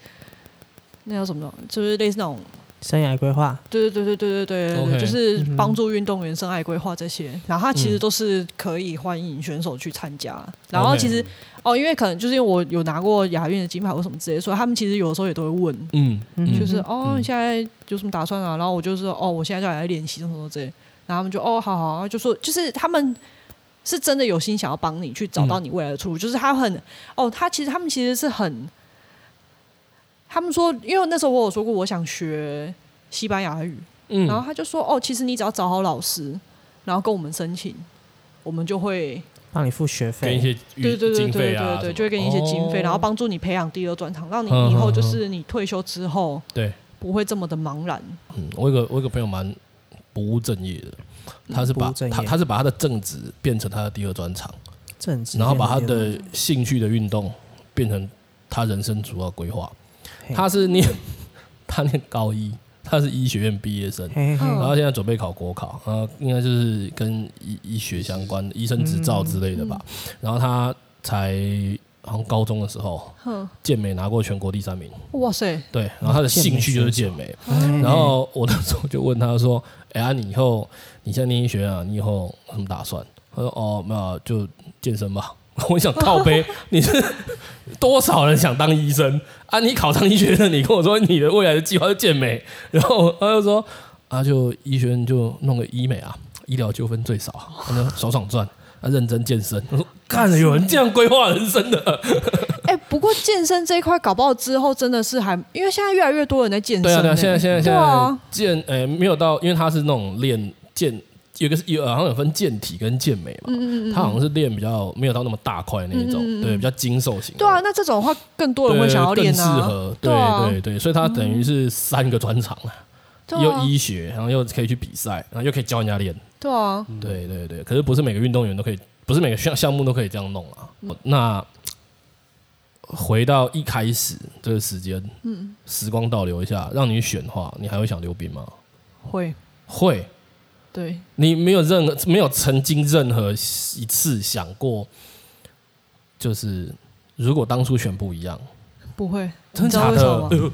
那叫什么，就是类似那种，
生涯规划，
对对对对对对对
OK
对，就是
嗯哼
帮助运动员生涯规划这些，然后他其实都是可以欢迎选手去参加，然后其实哦，因为可能就是因为我有拿过亚运的金牌或什么之类的，所以他们其实有的时候也都会问，
嗯，
嗯
就是
嗯
哦，
嗯
你现在有什么打算啊？然后我就说哦，我现在就来练习什么什么之类。然后他们就哦，好好，好就说就是他们是真的有心想要帮你去找到你未来的出路，就是他很哦，他其实他们其实是很，他们说，因为那时候我有说过我想学西班牙语，
嗯
然后他就说哦，其实你只要找好老师，然后跟我们申请，我们就会
帮你付学
给你一
费，
些
对
预
对对对
经费
对
啊什
对，
么，
就会给你一些经费，
哦
然后帮助你培养第二专长，让你
嗯
以后
嗯
就
嗯
是你退休之后
对。
不会这么的茫然。
嗯，我有个我有个朋友蛮不务正业的，他是
嗯不
把
务正
他
业
他是把他的正职变成他的第二专长。
正职，
然后把他的兴趣的运动变成他人生主要规划
嘿。
他是念他念高一，他是医学院毕业生，
嘿嘿嘿
然后现在准备考国考，呃，应该就是跟医医学相关的医生执照之类的吧。然后他才好像高中的时候，
哼，
健美拿过全国第三名，
哇塞，
对。然后他的兴趣就是哦健美，然后我那时候就问他说：“ 哎、呀、你以后你现在念医学院啊，你以后有什么打算？”他说：“哦，没有啊，就健身吧。” 我想靠背， 你是多少人想当医生啊？你考上医学院，你跟我说你的未来的计划是健美， 然后他就说：“啊，就医学院就弄个医美啊，医疗纠纷最少啊，反正爽爽赚。”啊，认真健身，我说看了有人这样规划人生的，
哎、不过健身这一块搞不好之后真的是还，因为现在越来越多人在健身、
对啊，对啊，
哎
现在现在现
对
在
啊
健，呃，没有到，因为他是那种练健，有一个是有好像有分健体跟健美
嗯
嘛，
嗯嗯，
他好像是练比较没有到那么大块那一种，对，比较精瘦型的，
对啊，那这种的话更多
对，
人会想要练
更适
啊，
合，
对啊嗯
对对对，所以他等于是三个专长啊，
对
又
啊，
医学，然后又可以去比赛，然后又可以教人家练，
对啊，
对对对，可是不是每个运动员都可以，不是每个项项目都可以这样弄啊。
嗯
那回到一开始这个时间，嗯，时光倒流一下，让你选的话，你还会想溜冰吗？
会，
会，
对，
你没有任何没有曾经任何一次想过，就是如果当初选不一样，
不会，
真
你知道
假
为什么
的
吗？？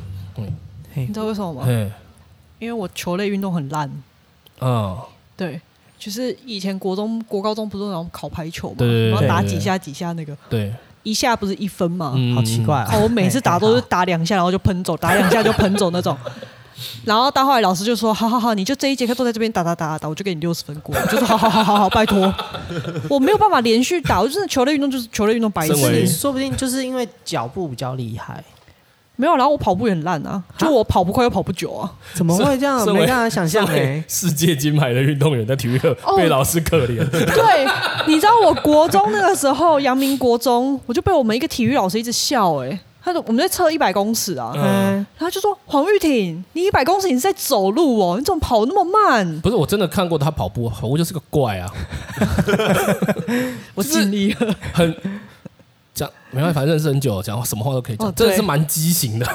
嘿
你知道为什么 吗？
嗯
因为我球类运动很烂，
嗯，
对。就是以前国中、国高中不是那种考排球嘛，
对对对
然后打
对对
几下几下那个，
对，
一下不是一分嘛，
嗯
好奇怪、啊
哦，我每次打都是打两下，然后就喷走，打两下就喷走那种。 然后到后来老师就说：“好好好，你就这一节课都在这边打打打打，我就给你六十分过。”我就说：“好好好好好，拜托，我没有办法连续打，我真的球类运动就是球类运动白
身
是
为
你
痴，
说不定就是因为脚步比较厉害，
没有。然后我跑步也很烂啊，就我跑不快又跑不久啊。
怎么会这样？
身为
没办法想象哎、
身为世界金牌的运动员在体育课
哦
被老师可怜，
对，你知道我国中那个时候，阳明国中，我就被我们一个体育老师一直笑、欸，他说我们在测一百公尺啊，
嗯
嗯，
然后就说黄玉婷，你一百公尺你是在走路哦，你怎么跑那么 慢？
不是，我真的看过他跑步，跑步就是个怪啊，
我尽力了。
很讲没办法，认识很久，讲什么话都可以讲，
哦对
真的是蛮畸形的。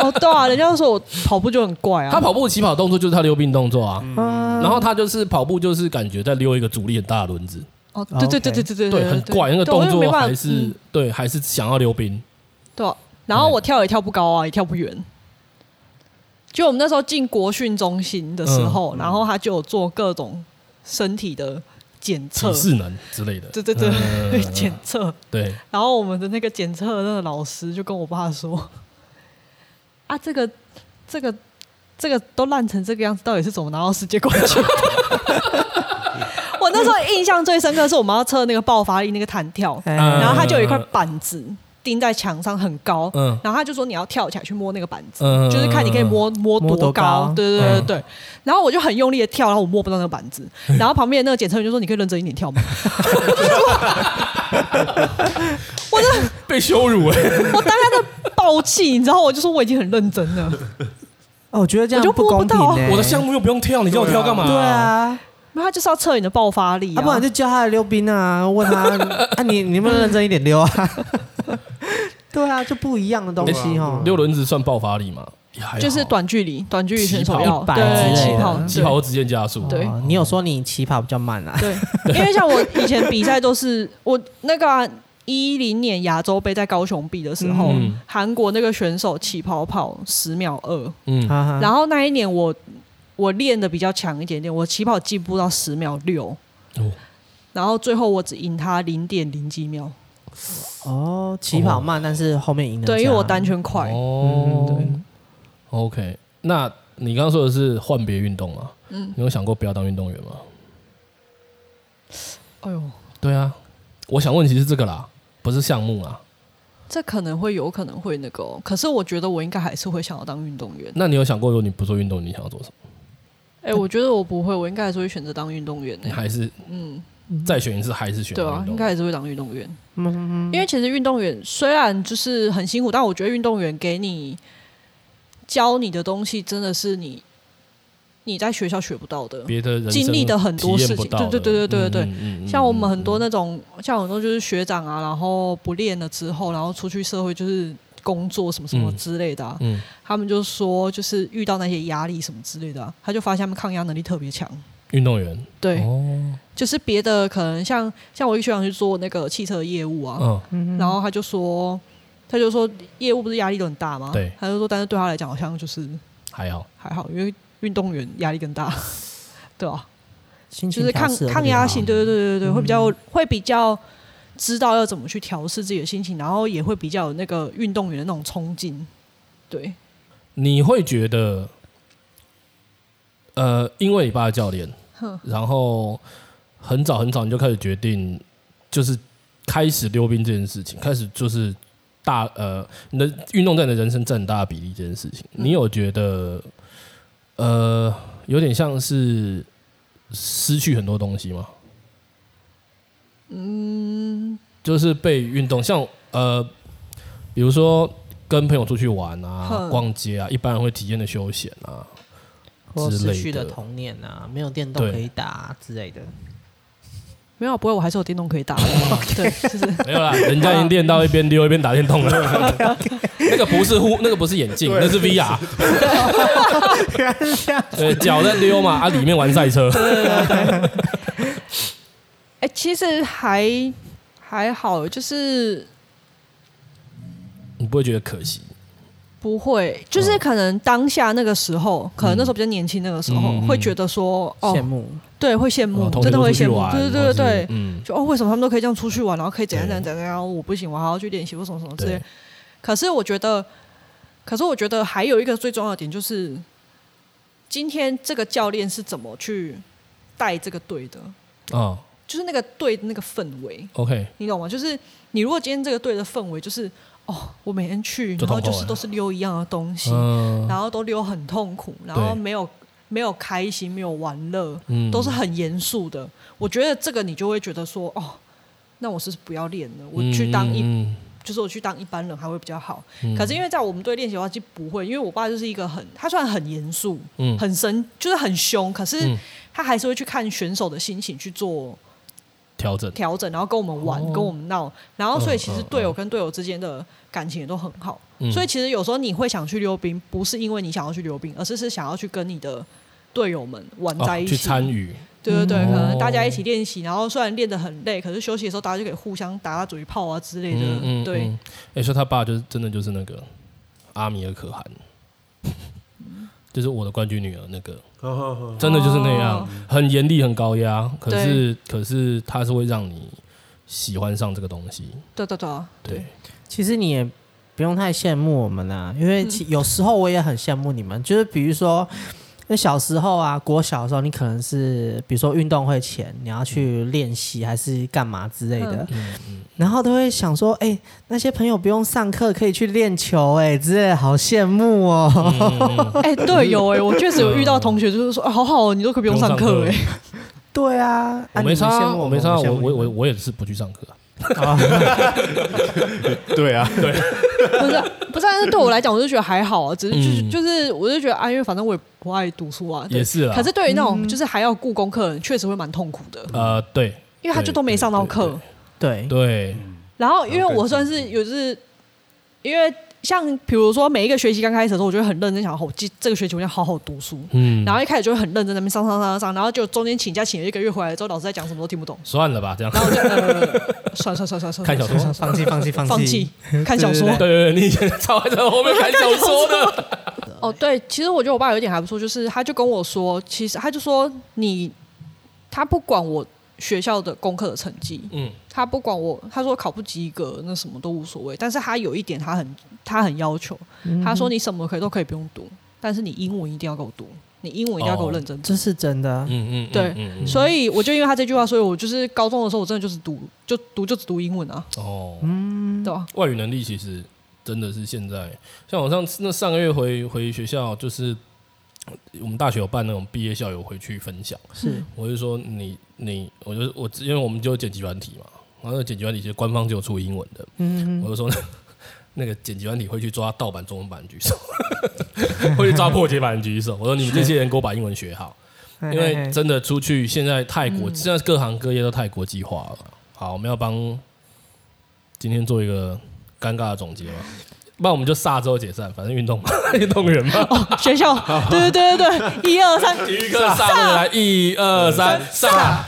哦，对啊，人家就说我跑步就很怪啊。
他跑步起跑动作就是他溜冰动作啊，
嗯
啊
然后他就是跑步就是感觉在溜一个阻力很大的轮子，
哦，对对对对对对
对，很怪，那个
对我
动
就
作
没办法
还是
嗯
对，还是想要溜冰，
对啊。然后我跳也跳不高啊，也跳不远。就我们那时候进国训中心的时候，
嗯
然后他就有做各种身体的检测
体，适能之类的。
对对对，
嗯
对 检测。
对，
然后我们的那个检测的那个老师就跟我爸说：“ 啊，这个这个这个都烂成这个样子，到底是怎么拿到世界冠军 的？”我那时候印象最深刻的是我们要测那个爆发力，那个弹跳，
哎
嗯
然后他就有一块板子钉在墙上，很高，
嗯
然后他就说你要跳起来去摸那个板子，
嗯
就是看你可以摸摸
摸
多
多
高
高，
对对对对。然后我就很用力的跳，然后我摸不到那个板子，然后旁边的那个检测员就说你可以认真一点跳吗？
被羞辱哎，
我当下的暴气，你知道，我就说我已经很认真了。
哦，我觉得这
我
样
就摸不
公平
到
哎、
我的项目又不用跳，你叫我跳干嘛？
对，啊，
没有，他就是要测你的爆发力、啊，
要、不然就叫他来溜冰啊，问他 啊你你们认真一点溜啊。 对啊，就不一样的东西哦。
溜轮子算爆发力哎吗？也还好
就是短距离，短距离选手
起跑
要
100
对
之类
起
的
跑
哎起跑或直线加速，
对
哦你有说你起跑比较慢啊？
对，对因为像我以前比赛都是我那个啊一、零年亚洲杯在高雄比的时候
嗯，
韩、国那个选手起跑跑十秒二、
嗯，
哈哈
然后那一年我我练的比较强一点点，我起跑进步到十秒六、
哦
然后最后我只赢他零点零几秒，
哦，起跑慢，但是后面赢了。
对，因为我单圈快，
哦，OK，那你刚刚说的是换别运动嘛？嗯，你有想过不要当运动员吗？
哎呦，
对啊，我想问其实这个啦，不是项目啊啦。
这可能会有可能会那个哦、可是我觉得我应该还是会想要当运动员。
那你有想过，如果你不做运动，你想要做什么？
哎、我觉得我不会，我应该还是会选择当运动员呢、
你还是
嗯，
再选一次，还是选
对啊
运，
应
动
该？还是会当运动员，
嗯，嗯
因为其实运动员虽然就是很辛苦，但我觉得运动员给你教你的东西真的是你你在学校学不到的。
别的人
经历的很多事情
体验不到的
对对对对对对
嗯嗯嗯嗯
像我们很多那种，像很多就是学长啊，然后不练了之后，然后出去社会就是工作什么什么
嗯
之类的、啊，
嗯，
他们就说就是遇到那些压力什么之类的啊、他就发现他们抗压能力特别强。
运动员
对，
哦，
就是别的可能像像我一个学长去做那个汽车业务啊，
嗯，
嗯
然后他就说，他就说业务不是压力都很大吗？
对
他就说，但是对他来讲好像就是
还好，
还好，因为运动员压力更大， 对啊，
心
就
情
是
调
抗
试得啊
抗
比较
压
好
性，对对对对对，会比较会比较知道要怎么去调试自己的心情，然后也会比较有那个运动员的那种冲劲，对，
你会觉得，呃，因为你爸是教练，然后很早很早你就开始决定，就是开始溜冰这件事情，开始就是大呃，你的运动在你的人生占很大的比例这件事情，你有觉得呃，有点像是失去很多东西吗？嗯，就是被运动，像呃，比如说跟朋友出去玩啊、
哼
逛街啊，一般人会体验的休闲啊，
或
之
失
类
去的
的
童年啊，没有电动
对
可以打、啊、之类的。
没有，不会，我还是有电动可以打的。 对，就是
没有啦， 人家已经练到一边溜一边打电动了。 那个不是呼，那个不是眼镜，那是 VR。
原来是这样，
对，脚在溜嘛，啊，里面玩赛车。
哎、其实还还好，就是
你不会觉得可惜？
不会，就是可能当下那个时候，可能那时候比较年轻，那个时候、
嗯嗯嗯嗯
会觉得说，哦
羡，慕。
对，会羡慕，
哦同学
嗯真的
都
会
出去
羡慕
玩，，
对对对
或
对
是，嗯，
就哦，为什么他们都可以这样出去玩，然后可以怎样怎
对
样怎样，然后我不行，我还要去练习或什么什么之类
对
的。，可是我觉得，可是我觉得还有一个最重要的点就是，今天这个教练是怎么去带这个队的，
啊
就是那个队的那个氛围，
，OK，
你懂吗？就是你如果今天这个队的氛围就是哦，我每天去，
就
然后就
痛苦
是
了
都是溜一样的东西，
嗯
然后都溜很痛苦，然后
对
没有没有开心，没有玩乐，
嗯
都是很严肃的。我觉得这个你就会觉得说，哦，那我是不是不要练了，我去当一，
嗯
就是我去当一般人还会比较好。
嗯
可是因为在我们队练习的话，就不会，因为我爸就是一个很，他虽然很严肃、
嗯
很神，就是很凶，可是
嗯
他还是会去看选手的心情去做
调整，
调整，然后跟我们玩，
哦
跟我们闹，然后所以其
嗯
实
嗯
队友跟队友之间的感情也都很好。
嗯
所以其实有时候你会想去溜冰，不是因为你想要去溜冰，而是是想要去跟你的队友们玩
哦
在一
去
起。
参与，
对对对，
嗯
可能大家一起练习，然后虽然练得很累，可是休息的时候大家就可以互相打打嘴炮啊之
嗯
类的。对，，
哎，说他爸就是真的就是那个阿米尔可汗， 就是我的冠军女儿那个，
好好好
真的就是那样
哦，
很严厉，很高压，可是可是他是会让你喜欢上这个东西，
对对对啊
对，
其实你也不用太羡慕我们啊，因为其有时候我也很羡慕你们，就是比如说。那小时候啊，国小的时候，你可能是比如说运动会前你要去练习还是干嘛之类的，
嗯
然后都会想说，哎、那些朋友不用上课可以去练球、哎，之类的，好羡慕哦。
嗯
哎、对，有哎、我确实有遇到同学，就是说，啊、好好哦，你都可以不用上课哎、
对啊，啊
我没差
你们
啊，
羡慕
我
我
没差啊，我
们
我
羡慕
我我也是不去上课啊，
对啊，
不是啊不是啊，但是对我来讲，我就觉得还好啊，只是就是、
嗯
就是，我就觉得啊，因为反正我也不爱读书啊，对
也是啦，
可是对于那种就是还要顾功课的人，确实会蛮痛苦的，
呃，对
因为他就都没上到
嗯
课。
对
对，
然后因为我算是有就是，因为像比如说每一个学期刚开始的时候，我就会很认真想，好，我这这个学期我要好好读书。
嗯，
然后一开始就会很认真在那边上上上上，然后就中间请假请了一个月回来之后，老师在讲什么都听不 懂，
算了吧，这样
然后我就呃，算算算算算，
看小说。
放弃放弃放弃
放弃看小说
对。对对，你以前超爱在后面看小说的，
哦，对，其实我觉得我爸有一点还不错，就是他就跟我说，其实他就说你，他不管我学校的功课的成绩，
嗯，
他不管我，他说考不及格那什么都无所谓，但是他有一点他很他很要求，他说你什么可以都可以不用读，但是你英文一定要给我读，你英文一定要给我认真读。
这是真的啊
嗯，嗯嗯，
对
嗯嗯
所以我就因为他这句话，所以我就是高中的时候，我真的就是读就读就只读英文啊，
哦，
对吧？
外语能力其实真的是现在，像我上次那上个月回回学校，就是我们大学有办那种毕业校友回去分享，
是
我就说你你，我就我因为我们就有剪辑软体嘛，然后那个剪辑软体其实官方就有出英文的，
嗯，
我就说 那个剪辑软体会去抓盗版中文版的举手， 会去抓破解版的举手，我说你们这些人给我把英文学好。
因
因为真的出去，现在泰国、现在各行各业都太国际化了。好，我们要帮今天做一个尴尬的总结吧。不然我们就下周解散，反正运动 嘛，运动员嘛，
学校，对对对对对，一二三，
体育课上来，一二三，上。